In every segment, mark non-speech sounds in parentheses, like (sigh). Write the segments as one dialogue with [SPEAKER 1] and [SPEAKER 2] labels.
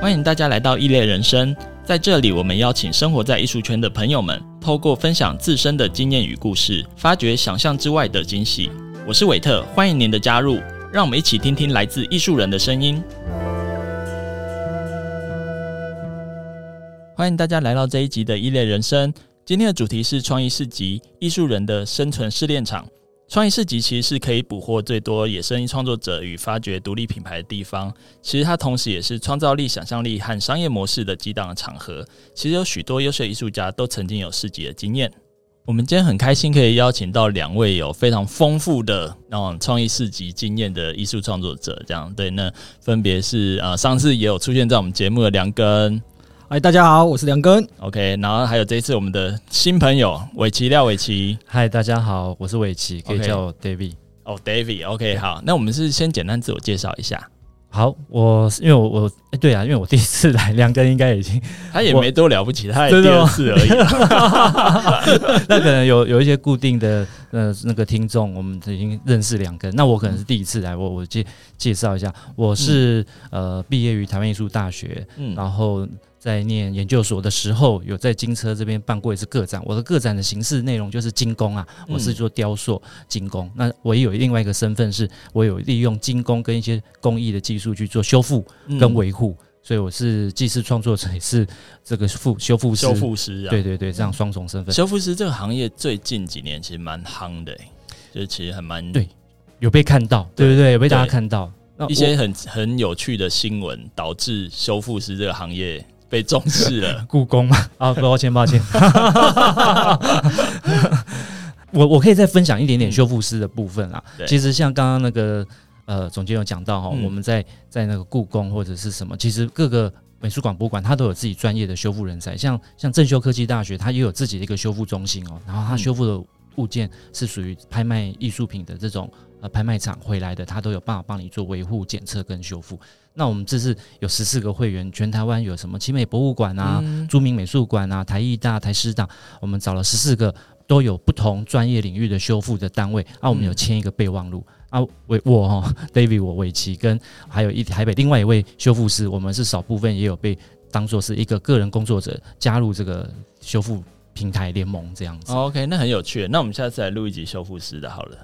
[SPEAKER 1] 欢迎大家来到异类人生，在这里我们邀请生活在艺术圈的朋友们，透过分享自身的经验与故事，发掘想象之外的惊喜。我是韦特，欢迎您的加入，让我们一起听听来自艺术人的声音。欢迎大家来到这一集的《异类人生》。今天的主题是创意市集，艺术人的生存试炼场。创意市集其实是可以捕获最多野生创作者与发掘独立品牌的地方。其实它同时也是创造力、想象力和商业模式的激荡的场合。其实有许多优秀艺术家都曾经有市集的经验。我们今天很开心可以邀请到两位有非常丰富的那种创意市集经验的艺术创作者，这样对。那分别是呃上次也有出现在我们节目的梁根，
[SPEAKER 2] 哎，大家好，我是梁根。
[SPEAKER 1] OK，然后还有这一次我们的新朋友韦奇廖韦奇
[SPEAKER 3] 嗨，大家好，我是伟奇，可以
[SPEAKER 1] OK
[SPEAKER 3] 叫我 David。
[SPEAKER 1] 哦、David。OK，好，那我们是先简单自我介绍一下，
[SPEAKER 3] 好，我因为我我、哎对啊，因为我第一次来，梁根应该已经
[SPEAKER 1] 他也
[SPEAKER 3] 我
[SPEAKER 1] 没多了不起，他也
[SPEAKER 3] 真
[SPEAKER 1] 第
[SPEAKER 3] 的
[SPEAKER 1] 二
[SPEAKER 3] 吗
[SPEAKER 1] 次而已。
[SPEAKER 3] 那可能有 (laughs) 有一些固定的呃那个听众，我们已经认识梁根。那我可能是第一次来，我我介介绍一下，我是、呃毕业于台湾艺术大学， (laughs)
[SPEAKER 1] 嗯，
[SPEAKER 3] 然后在念研究所的时候，有在金车这边办过一次个展。我的个展的形式内容就是精工啊，
[SPEAKER 1] 嗯
[SPEAKER 3] 我是做雕塑精工。那我也有另外一个身份是，我有利用精工跟一些工艺的技术去做修复
[SPEAKER 1] 嗯
[SPEAKER 3] 跟维护，所以我是既是创作者，也是这个复修复
[SPEAKER 1] 嗯
[SPEAKER 3] 师。
[SPEAKER 1] 修复师啊，
[SPEAKER 3] 对对对，这样双重身份
[SPEAKER 1] 修复师这个行业最近几年其实蛮夯的、欸，就是其实还蛮
[SPEAKER 3] 对有被看到，对不对？有被大家看到。那
[SPEAKER 1] 一
[SPEAKER 3] 我。
[SPEAKER 1] 些很很有趣的新闻，导致修复师这个行业被重视了
[SPEAKER 3] 故宫嘛，啊，抱歉
[SPEAKER 1] (laughs)
[SPEAKER 3] 抱歉。我我可以再分享一点点修复师的部分啦
[SPEAKER 1] 嗯对。
[SPEAKER 3] 其实像刚刚那个呃总监有讲到哈，
[SPEAKER 1] 嗯
[SPEAKER 3] 我们在在那个故宫或者是什么，其实各个美术馆、博物馆它都有自己专业的修复人才。像像正修科技大学，它也有自己的一个修复中心哦，然后它
[SPEAKER 1] 嗯
[SPEAKER 3] 修复的物件是属于拍卖艺术品的这种呃拍卖场回来的，它都有办法帮你做维护、检测跟修复。那我们这次有十四个会员，全台湾有什么奇美博物馆啊、著名美术馆啊、台艺大、台师大，我们找了十四个都有不同专业领域的修复的单位啊，我
[SPEAKER 1] 嗯
[SPEAKER 3] 们有签一个备忘录。啊，我我哈、David 我伟奇跟还有一台北另外一位修复师，我们是少部分也有被当做是一个个人工作者加入这个修复平台联盟这样子。
[SPEAKER 1] (laughs) 哦 OK，那很有趣。那我们下次来录一集修复师的好了。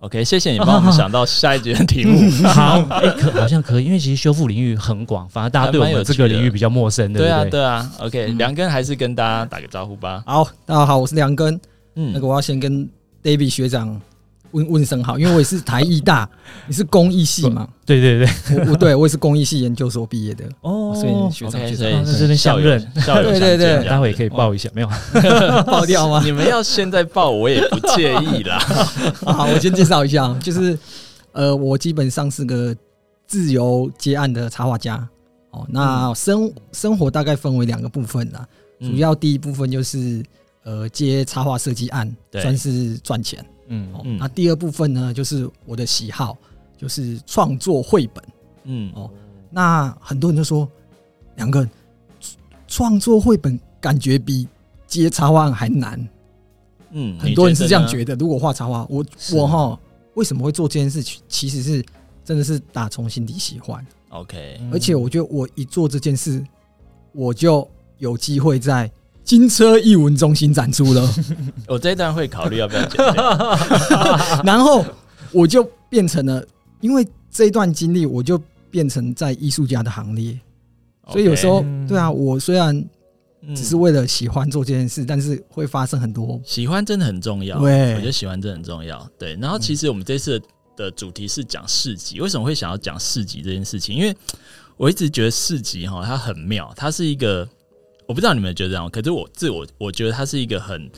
[SPEAKER 1] OK，谢谢你帮我们想到下一集的题目。 (laughs)
[SPEAKER 3] 好，哎、可好像可以，因为其实修复领域很广，反而大家对我
[SPEAKER 1] 还蛮有
[SPEAKER 3] 们
[SPEAKER 1] 趣
[SPEAKER 3] 这
[SPEAKER 1] 的
[SPEAKER 3] 个领域比较陌生，
[SPEAKER 1] 对
[SPEAKER 3] 对不对？
[SPEAKER 1] 啊，对啊。OK，梁根还是跟大家打个招呼吧。
[SPEAKER 2] 好，大家好，我是梁根。
[SPEAKER 1] 嗯，
[SPEAKER 2] 那个我要先跟 David 学长问问声好，因为我也是台艺大，
[SPEAKER 3] (laughs)
[SPEAKER 2] 你是工艺系嘛？
[SPEAKER 3] 对对对
[SPEAKER 2] 我我对我也是工艺系研究所毕业
[SPEAKER 3] (laughs)
[SPEAKER 2] 的，
[SPEAKER 3] 哦
[SPEAKER 2] 所以学长
[SPEAKER 1] OK，
[SPEAKER 2] 学
[SPEAKER 1] 所
[SPEAKER 2] 长
[SPEAKER 1] 以
[SPEAKER 3] 哦那这边
[SPEAKER 1] 校
[SPEAKER 3] 相
[SPEAKER 1] 友
[SPEAKER 3] 认
[SPEAKER 1] 校友相
[SPEAKER 2] 对对
[SPEAKER 1] 见
[SPEAKER 2] 对
[SPEAKER 1] 这样子，
[SPEAKER 3] 待会可以报一下，没有？
[SPEAKER 1] (laughs)
[SPEAKER 2] 爆掉吗？
[SPEAKER 1] 你们要现在报，我也不介意啦。 (laughs)
[SPEAKER 2] 好，我先介绍一下，就是呃，我基本上是个自由接案的插画家。哦，
[SPEAKER 3] 嗯
[SPEAKER 2] 那生生活大概分为两个部分啦，主要第一部分就是呃接插画设计案，
[SPEAKER 1] 对
[SPEAKER 2] 算是赚钱。
[SPEAKER 3] 嗯
[SPEAKER 2] 哦，
[SPEAKER 1] 嗯
[SPEAKER 2] 那第二部分呢，就是我的喜好，就是创作绘本。
[SPEAKER 1] 嗯，
[SPEAKER 2] 哦那很多人就说，两个人创作绘本感觉比接插画案还难，
[SPEAKER 1] 嗯，
[SPEAKER 2] 很多人是这样觉
[SPEAKER 1] 得。啊
[SPEAKER 2] 得。如果画插画，我
[SPEAKER 3] 是
[SPEAKER 2] 我哈为什么会做这件事情？其实是真的是打从心底喜欢，
[SPEAKER 1] OK，
[SPEAKER 2] 而且我觉得我一做这件事，我就有机会在金车艺文中心展出了，
[SPEAKER 1] 我这一段会考虑要不要剪掉。 (laughs)
[SPEAKER 2] 然后我就变成了，因为这一段经历，我就变成在艺术家的行列。 (laughs) 所以有时候
[SPEAKER 3] OK 嗯
[SPEAKER 2] 对啊，我虽然
[SPEAKER 1] OK，
[SPEAKER 2] 只是
[SPEAKER 1] 嗯
[SPEAKER 2] 为了喜欢做这件事，但是会发生很
[SPEAKER 1] (laughs)
[SPEAKER 2] 多
[SPEAKER 1] 喜欢真的很重要。
[SPEAKER 2] 对
[SPEAKER 1] 我觉得喜欢真的很重要。对，然后其实我们这次的主题是讲市集，为什么会想要讲市集这件事情？因为我一直觉得市集哈，它很妙，它是一个我不知道你们觉得这样，可是我自我我觉得它是一个很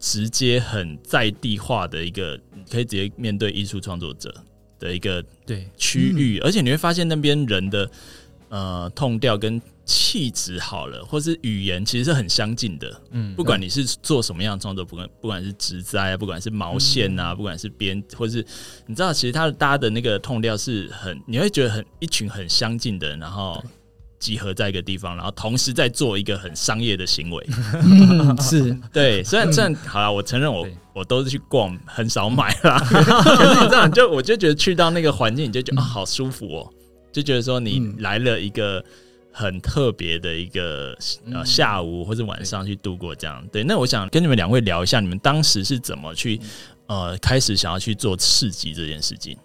[SPEAKER 1] 直接、很在地化的一个，你可以直接面对艺术创作者的一个
[SPEAKER 3] 对，
[SPEAKER 1] 区域，而且你会发现那边人的呃痛调跟气质好了，或是语言其实是很相近的。
[SPEAKER 3] 嗯
[SPEAKER 1] 不管你是做什么样的创作，不管不管是植栽啊，不管是毛线啊，不管是编，或是你知道，其实他大家的那个痛调是很，你会觉得很一群很相近的人，然后集合在一个地方，然后同时在做一个很商业的行为。
[SPEAKER 2] 嗯是
[SPEAKER 3] (laughs)
[SPEAKER 1] 对，虽然虽然好啦，我承认我
[SPEAKER 3] 嗯对
[SPEAKER 1] 我都是去逛，很少买
[SPEAKER 3] (laughs)
[SPEAKER 1] 啦。可是你知道，就
[SPEAKER 3] 嗯
[SPEAKER 1] 我就觉得去到那个环境，你就觉得、啊，好舒服哦，就觉得说你
[SPEAKER 2] 嗯
[SPEAKER 1] 来了一个很特别的一个呃
[SPEAKER 3] 嗯
[SPEAKER 1] 下午或者晚上去度过这样。对，那我想跟你们两位聊一下，你们当时是怎么去
[SPEAKER 3] 嗯
[SPEAKER 1] 呃开始想要去做市集这件事情？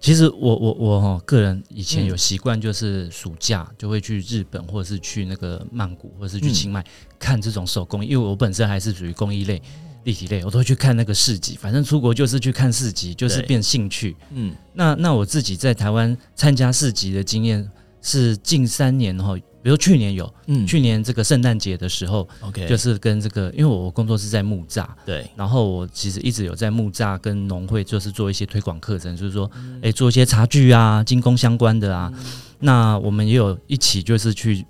[SPEAKER 3] 其实我我我哈个人以前
[SPEAKER 1] 嗯
[SPEAKER 3] 有习惯，就是暑假就会去日本，或者是去那个曼谷，或者是去
[SPEAKER 1] 嗯
[SPEAKER 3] 清迈、看这种手工艺，因为我本身还是属于工艺类、立体类，我都会去看那个市集。反正出国就是去看市集，就是
[SPEAKER 1] 对
[SPEAKER 3] 变兴趣。
[SPEAKER 1] 嗯
[SPEAKER 3] 那那我自己在台湾参加市集的经验是近三年哈，比如去年有，
[SPEAKER 1] 嗯
[SPEAKER 3] 去年这个圣诞节的时候，
[SPEAKER 1] OK
[SPEAKER 3] 就是是跟这个，因为我工作是在木栅，
[SPEAKER 1] 对
[SPEAKER 3] 然后我其实一直有在木栅跟农会，就是做一些推广课程，就是说，诶，做一些茶具啊、精工相关的啊。那我们也有一起就是去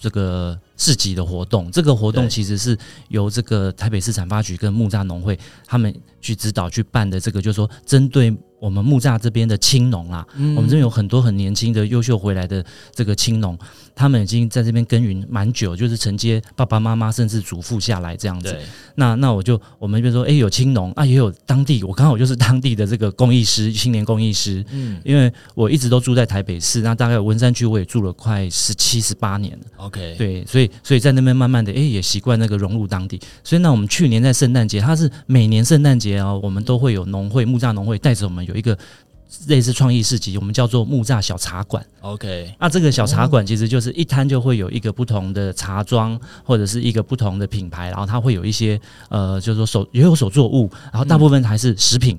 [SPEAKER 3] 这个市集的活动，这个活动
[SPEAKER 1] 对
[SPEAKER 3] 其实是由这个台北市产发局跟木栅农会他们去指导去办的，这个就是说针对我们木栅这边的青农啊，
[SPEAKER 1] 嗯
[SPEAKER 3] 我们这边有很多很年轻的优秀回来的这个青农，他们已经在这边耕耘蛮久，就是承接爸爸妈妈甚至祖父下来这样子。
[SPEAKER 1] 对
[SPEAKER 3] 那那我就我们那边说，哎、有青农啊，也有当地，我刚好就是当地的这个工艺师，青年工艺师。
[SPEAKER 1] 嗯
[SPEAKER 3] 因为我一直都住在台北市，那大概文山区我也住了快十七十八年了，
[SPEAKER 1] OK
[SPEAKER 3] 对，所以所以在那边慢慢的，哎、也习惯那个融入当地。所以那我们去年在圣诞节，它是每年圣诞节啊，我们都会有农会木栅农会带着我们有一个类似创意市集，我们叫做木栅小茶馆。
[SPEAKER 1] OK
[SPEAKER 3] 那、这个小茶馆其实就是一摊就会有一个不同的茶庄，或者是一个不同的品牌，然后它会有一些呃，就是说手也有手作物，然后大部分还是食品。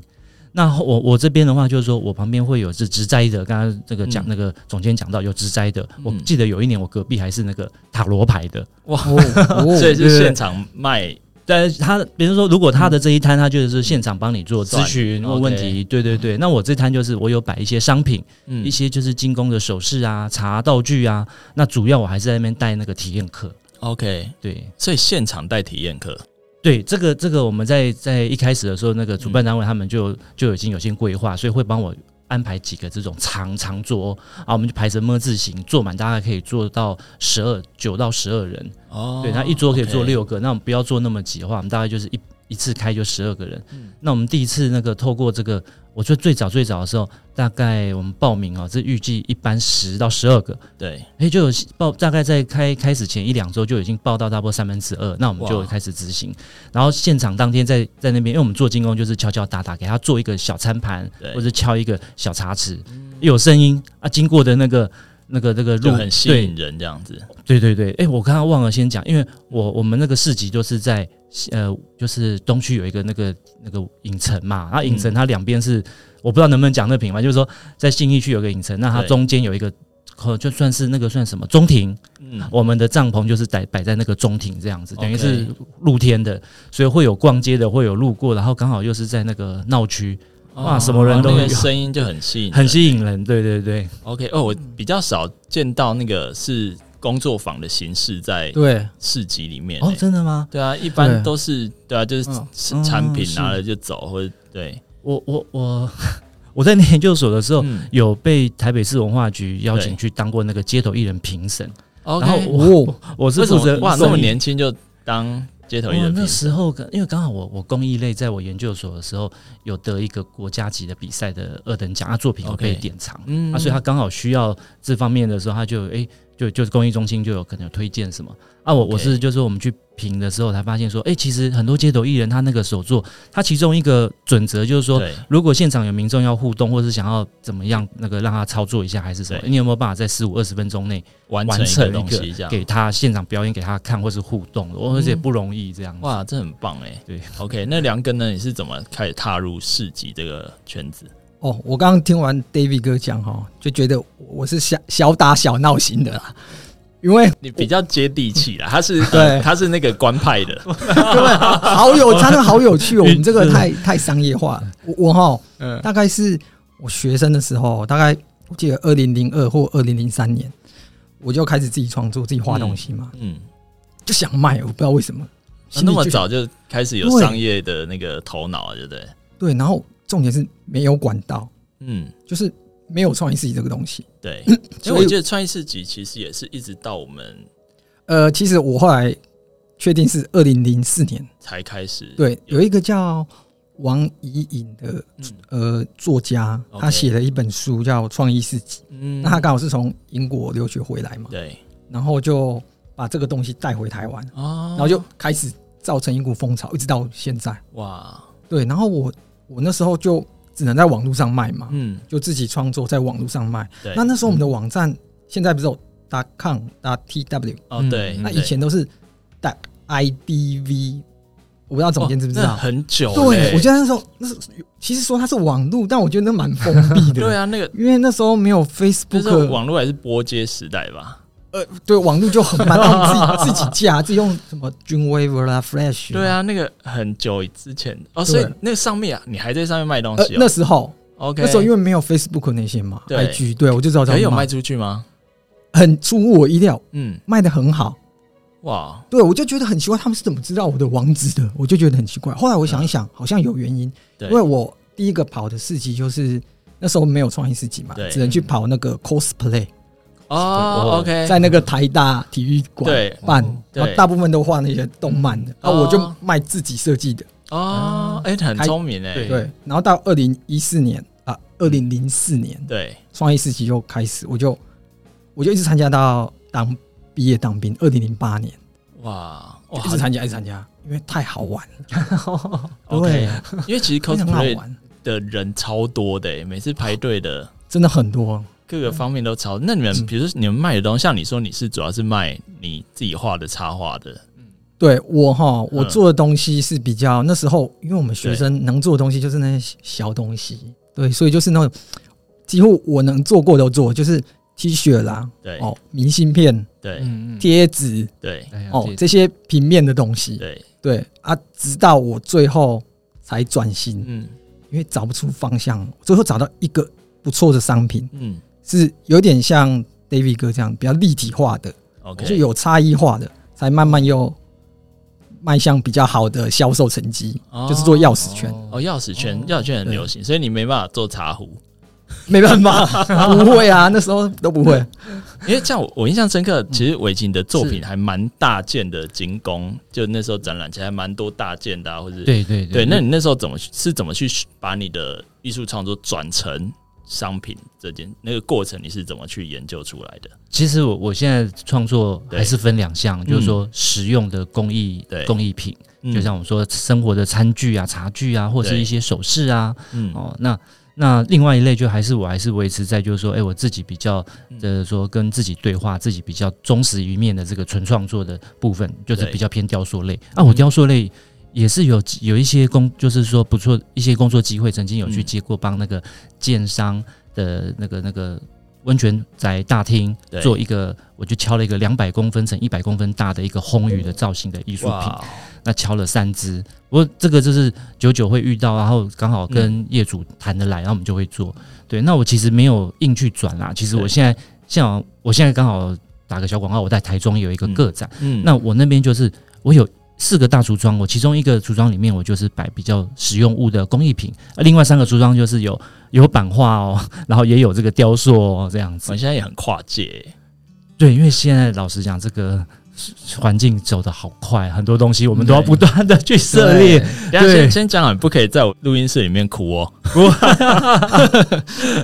[SPEAKER 3] 那我我这边的话，就是说我旁边会有是植栽的，刚刚这个讲、
[SPEAKER 1] 嗯
[SPEAKER 3] 那个总监讲到有植栽的，我
[SPEAKER 1] 嗯
[SPEAKER 3] 记得有一年我隔壁还是那个塔罗牌的，
[SPEAKER 2] 哦哦，
[SPEAKER 1] (laughs) 所以
[SPEAKER 3] 对对
[SPEAKER 1] 是现场卖
[SPEAKER 3] 但是他比如说，如果他的这一摊，他就是现场帮你做咨询、
[SPEAKER 1] 算
[SPEAKER 3] 问问题，对对对。那我这摊就是我有摆一些商品，
[SPEAKER 1] 嗯
[SPEAKER 3] 一些就是精工的首饰啊、茶道具啊。那主要我还是在那边带那个体验课，
[SPEAKER 1] OK，
[SPEAKER 3] 对。
[SPEAKER 1] 所以现场带体验课
[SPEAKER 3] 对，这个这个我们在在一开始的时候，那个主办单位他们就就已经有些规划，所以会帮我安排几个这种长长桌啊，我们就排成么字形，坐满大概可以坐到十二九到十二人，
[SPEAKER 1] 哦
[SPEAKER 3] 对，他一桌可以坐
[SPEAKER 1] OK
[SPEAKER 3] 六个，那我们不要坐那么挤的话，我们大概就是一一次开就十二个人。
[SPEAKER 1] 嗯
[SPEAKER 3] 那我们第一次那个透过这个，我觉得最早最早的时候，大概我们报名哦，这预计一般十到十二个，
[SPEAKER 1] 对
[SPEAKER 3] 诶，哎就有报大概在开开始前一两周就已经报到差不多三分之二，那我们就
[SPEAKER 1] 哇
[SPEAKER 3] 开始执行。然后现场当天在在那边，因为我们做精工就是敲敲打打，给他做一个小餐盘
[SPEAKER 1] 对，
[SPEAKER 3] 或者敲一个小茶匙，又有声音啊，经过的那个那个那个路
[SPEAKER 1] 就很吸
[SPEAKER 3] 对
[SPEAKER 1] 引人这样子
[SPEAKER 3] 对对对，哎、我刚刚忘了先讲，因为我我们那个市集就是在呃，就是东区有一个那个那个影城嘛，
[SPEAKER 1] 嗯
[SPEAKER 3] 然后影城它两边是、我不知道能不能讲那品牌，就是说在信义区有个影城，那它
[SPEAKER 1] 对
[SPEAKER 3] 中间有一个。呃就算是那个算什么中庭，
[SPEAKER 1] 嗯
[SPEAKER 3] 我们的帐篷就是摆摆在那个中庭这样子，等于
[SPEAKER 1] OK
[SPEAKER 3] 是露天的，所以会有逛街的，会有路过，然后刚好又是在那个闹区，哇什么人
[SPEAKER 1] 哦
[SPEAKER 3] 都
[SPEAKER 1] 那个
[SPEAKER 3] 有
[SPEAKER 1] 声音就很吸引人，
[SPEAKER 3] 很吸引人。对对对，
[SPEAKER 1] OK，哦，我比较少见到那个是工作坊的形式在
[SPEAKER 2] 对，
[SPEAKER 1] 市集里面、
[SPEAKER 3] 哦，
[SPEAKER 1] 欸
[SPEAKER 3] 真的吗？
[SPEAKER 1] 对啊，一般
[SPEAKER 2] 对
[SPEAKER 1] 都是对啊，就是
[SPEAKER 2] 嗯
[SPEAKER 1] 是产品
[SPEAKER 3] 嗯
[SPEAKER 1] 拿
[SPEAKER 3] 是
[SPEAKER 1] 了就走，或者对，
[SPEAKER 3] 我我我 (laughs) 我在念研究所的时候，
[SPEAKER 1] 嗯
[SPEAKER 3] 有被台北市文化局邀请
[SPEAKER 1] 对
[SPEAKER 3] 去当过那个街头艺人评审，
[SPEAKER 1] ，OK，
[SPEAKER 3] 然后我
[SPEAKER 2] 哦，
[SPEAKER 3] 我是
[SPEAKER 1] 为什
[SPEAKER 3] 负
[SPEAKER 1] 么
[SPEAKER 3] 责
[SPEAKER 1] 哇
[SPEAKER 3] 公
[SPEAKER 1] 那
[SPEAKER 3] 益
[SPEAKER 1] 么年轻就当街头艺
[SPEAKER 3] 我
[SPEAKER 1] 人评审？
[SPEAKER 3] 那时候跟因为刚好我我公益类在我研究所的时候有得一个国家级的比赛的二等奖，他作品有
[SPEAKER 1] OK
[SPEAKER 3] 被典藏
[SPEAKER 1] 嗯
[SPEAKER 3] 啊，所以他刚好需要这方面的时候，他就诶就就是公益中心就有可能有推荐什么啊，我
[SPEAKER 1] OK
[SPEAKER 3] 我是就是我们去评的时候才发现说，诶，哎其实很多街头艺人他那个手作，他其中一个准则就是说
[SPEAKER 1] 对
[SPEAKER 3] 如果现场有民众要互动，或是想要怎么样，那个让他操作一下，还是什么？
[SPEAKER 1] 对
[SPEAKER 3] 你有没有办法在十五二十分钟内
[SPEAKER 1] 完
[SPEAKER 3] 完
[SPEAKER 1] 成
[SPEAKER 3] 成
[SPEAKER 1] 一个
[SPEAKER 3] 一
[SPEAKER 1] 东西这
[SPEAKER 3] 个
[SPEAKER 1] 样，
[SPEAKER 3] 给他现场表演给他看，或是互动？我而且不容易这样子。
[SPEAKER 1] 哇，这很棒哎、欸。
[SPEAKER 3] 对
[SPEAKER 1] ，OK，那梁根呢？你是怎么开始踏入市集这个圈子？
[SPEAKER 2] 哦，我刚刚听完 David 哥讲哈，就觉得我是小小打小闹型的啦，因为
[SPEAKER 1] 你比较接地气啦，他是
[SPEAKER 2] 对
[SPEAKER 1] 他是那个官派的，
[SPEAKER 2] 对，好有真的好有趣哦，我们这
[SPEAKER 1] (laughs)
[SPEAKER 2] 个太太商业化了。我我哈，
[SPEAKER 1] 嗯
[SPEAKER 2] 大概是我学生的时候，大概我记得二零零二或二零零三年，我就开始自己创作、自己画东西嘛，
[SPEAKER 1] 嗯，
[SPEAKER 2] 就想卖，我不知道为什么，
[SPEAKER 1] 那
[SPEAKER 2] 心里
[SPEAKER 1] 么
[SPEAKER 2] 就想
[SPEAKER 1] 早就开始有
[SPEAKER 2] 对
[SPEAKER 1] 商业的那个头脑了，对不对？
[SPEAKER 2] 对，然后重点是没有管道，
[SPEAKER 1] 嗯，
[SPEAKER 2] 就是没有创意市集这个东西。
[SPEAKER 1] 对。因
[SPEAKER 2] (laughs) 所
[SPEAKER 1] 为我
[SPEAKER 2] 以
[SPEAKER 1] 记得创意市集其实也是一直到我们
[SPEAKER 2] 呃，其实我后来确定是二零零四年，
[SPEAKER 1] 才开始。
[SPEAKER 2] 对，有一个叫王怡颖的
[SPEAKER 1] 嗯
[SPEAKER 2] 呃作家，
[SPEAKER 1] OK
[SPEAKER 2] 他写了一本书叫《创意市集》，
[SPEAKER 1] 嗯
[SPEAKER 2] 那他刚好是从英国留学回来嘛，
[SPEAKER 1] 对
[SPEAKER 2] 然后就把这个东西带回台湾，
[SPEAKER 1] 哦，
[SPEAKER 2] 然后就开始造成一股风潮，一直到现在。
[SPEAKER 1] 哇，
[SPEAKER 2] 对，然后我我那时候就只能在网络上卖嘛，
[SPEAKER 1] 嗯，
[SPEAKER 2] 就自己创作在网络上卖。
[SPEAKER 1] 对，
[SPEAKER 2] 那那时候我们的网站现在不是有 .com、.tw，
[SPEAKER 1] 哦对，
[SPEAKER 3] 嗯
[SPEAKER 2] 那以
[SPEAKER 1] 对
[SPEAKER 2] 前都是 .idv，我不知道总监知不知
[SPEAKER 1] 哦那
[SPEAKER 2] 道？
[SPEAKER 1] 很久嘞，
[SPEAKER 2] 对，我觉得那时候那是其实说它是网络，但我觉得那蛮封闭
[SPEAKER 1] (laughs)
[SPEAKER 2] 的。
[SPEAKER 1] 对啊，那个
[SPEAKER 2] 因为那时候没有
[SPEAKER 1] 就是
[SPEAKER 2] Facebook，
[SPEAKER 1] 网络还是拨接时代吧？
[SPEAKER 2] 呃，对，网络就很慢，他们自己自己架，自己用什么 Dreamweaver 啦、Flash，
[SPEAKER 1] 对
[SPEAKER 2] 啊，
[SPEAKER 1] 啊，那个很久之前哦，所以
[SPEAKER 2] 对
[SPEAKER 1] 那个上面啊，你还在上面卖东
[SPEAKER 2] 呃，
[SPEAKER 1] 西哦
[SPEAKER 2] 那时候
[SPEAKER 1] OK，
[SPEAKER 2] 那时候因为没有 Facebook 那些嘛
[SPEAKER 1] 对
[SPEAKER 2] ，IG，对我就知道
[SPEAKER 1] 可
[SPEAKER 2] 在
[SPEAKER 1] 以有卖
[SPEAKER 2] 卖，
[SPEAKER 1] 出去吗？
[SPEAKER 2] 很出乎我意料，
[SPEAKER 1] 嗯，
[SPEAKER 2] 卖的很好。
[SPEAKER 1] 哇，
[SPEAKER 2] 对，我就觉得很奇怪，他们是怎么知道我的网址的？我就觉得很奇怪。后来我想一想，好像有原因，
[SPEAKER 1] 对
[SPEAKER 2] 因为我第一个跑的市集就是那时候没有创意市集嘛
[SPEAKER 1] 对，嗯
[SPEAKER 2] 只能去跑那个 cosplay，
[SPEAKER 1] 哦，OK，
[SPEAKER 2] 在那个台大体育馆
[SPEAKER 1] 对
[SPEAKER 2] 办
[SPEAKER 3] 哦，
[SPEAKER 1] 对嗯
[SPEAKER 2] 然后大部分都画那些动漫的，然后我就卖自己设计的。
[SPEAKER 1] 哦，哎，很
[SPEAKER 2] 嗯开
[SPEAKER 1] 聪明哎，
[SPEAKER 3] 对
[SPEAKER 2] 对，然后到二零一四年啊，二零零四年
[SPEAKER 1] 对，
[SPEAKER 2] 创意市集又开始，我就我就一直参加到当毕业当兵，二零零八年
[SPEAKER 1] 哇
[SPEAKER 2] 就
[SPEAKER 1] 哇
[SPEAKER 2] 一直参加，一直参加，因为太好玩了，
[SPEAKER 1] (laughs) ，OK，因为其实
[SPEAKER 2] 非常好
[SPEAKER 1] cosplay
[SPEAKER 2] 玩。
[SPEAKER 1] 的人超多的欸，每次排队的
[SPEAKER 2] 真的很多。
[SPEAKER 1] 各个方面都超。那你们
[SPEAKER 2] 哦嗯
[SPEAKER 1] 比如说你们卖的东西，像你说你是主要是卖你自己画的插画的，
[SPEAKER 2] 对我哈，我
[SPEAKER 1] 嗯
[SPEAKER 2] 做的东西是比较那时候，因为我们学生能做的东西就是那些小东西，对，所以就是那种几乎我能做过都做，就是 T 恤啦，
[SPEAKER 1] 对
[SPEAKER 2] 哦，明信片、
[SPEAKER 1] 对
[SPEAKER 3] 嗯嗯，
[SPEAKER 2] 贴纸
[SPEAKER 1] 对
[SPEAKER 3] 哎呀
[SPEAKER 2] 哦
[SPEAKER 3] 这
[SPEAKER 2] 这些平面的东西，
[SPEAKER 1] 对，
[SPEAKER 2] 对啊，直到我最后才转型，
[SPEAKER 1] 嗯
[SPEAKER 2] 因为找不出方向，最后找到一个不错的商品，
[SPEAKER 1] 嗯
[SPEAKER 2] 是有点像 David 哥这样比较立体化的，
[SPEAKER 1] ，OK，
[SPEAKER 2] 就有差异化的，才慢慢又迈向比较好的销售成绩，
[SPEAKER 1] 哦
[SPEAKER 2] 就是做钥匙圈，
[SPEAKER 1] 哦，钥匙圈
[SPEAKER 3] 哦，
[SPEAKER 1] 钥匙圈很流行，所以你没办法做茶壶，
[SPEAKER 2] 没
[SPEAKER 1] (laughs)
[SPEAKER 2] 办法，不会啊，那时候都不会。
[SPEAKER 1] 因为这样我 (laughs) 我印象深
[SPEAKER 2] 嗯
[SPEAKER 1] 刻，其实伟霆的作品还蛮大件的精工，就那时候展览其实还蛮多大件的、啊，或者
[SPEAKER 3] 对对
[SPEAKER 1] 对，那你那时候怎么去是怎么去把你的艺术创作转成商品这件那个过程，你是怎么去研究出来的？
[SPEAKER 3] 其实我我现在创作还是分两项，就是说实用的工艺
[SPEAKER 1] 对
[SPEAKER 3] 工艺品，
[SPEAKER 1] 嗯
[SPEAKER 3] 就像我说生活的餐具啊、茶具啊，或者是
[SPEAKER 1] 对
[SPEAKER 3] 一些首饰啊，
[SPEAKER 1] 嗯
[SPEAKER 3] 哦，那那另外一类就还是我还是维持在就是说，哎、我自己比较
[SPEAKER 1] 嗯
[SPEAKER 3] 呃说跟自己对话，自己比较忠实一面的这个纯创作的部分，就是
[SPEAKER 1] 对嗯
[SPEAKER 3] 比较偏雕塑类。啊，我雕塑类也是有有一些工，就是说不错一些工作机会，曾经有
[SPEAKER 1] 嗯
[SPEAKER 3] 去接过帮那个建商的那个那个。温泉宅大厅
[SPEAKER 1] 对
[SPEAKER 3] 做一个，我就敲了一个两百公分乘一百公分大的一个烘鱼的造型的艺术品，
[SPEAKER 1] 哇，
[SPEAKER 3] 那敲了三只，不过这个就是久久会遇到，然后刚
[SPEAKER 1] 嗯
[SPEAKER 3] 好跟业主谈得来，然后我们就会做。对，那我其实没有硬去转啦，其实
[SPEAKER 1] 对
[SPEAKER 3] 我现在像我现在刚好打个小广告，我在台中有一个个展，
[SPEAKER 1] 嗯
[SPEAKER 3] 那我那边就是我有。四个大橱窗，我其中一个橱窗里面我就是摆比较实用物的工艺品，而另外三个橱窗就是有有版画哦， (laughs) 然后也有这个雕塑哦，这样子
[SPEAKER 1] 我。现在也很跨界，
[SPEAKER 3] 对，因为现在老实讲，这个环境走得好快，很多东西我们都要不断的去涉猎。
[SPEAKER 1] 等一下先先讲好，你不可以在我录音室里面哭 (laughs) 哦。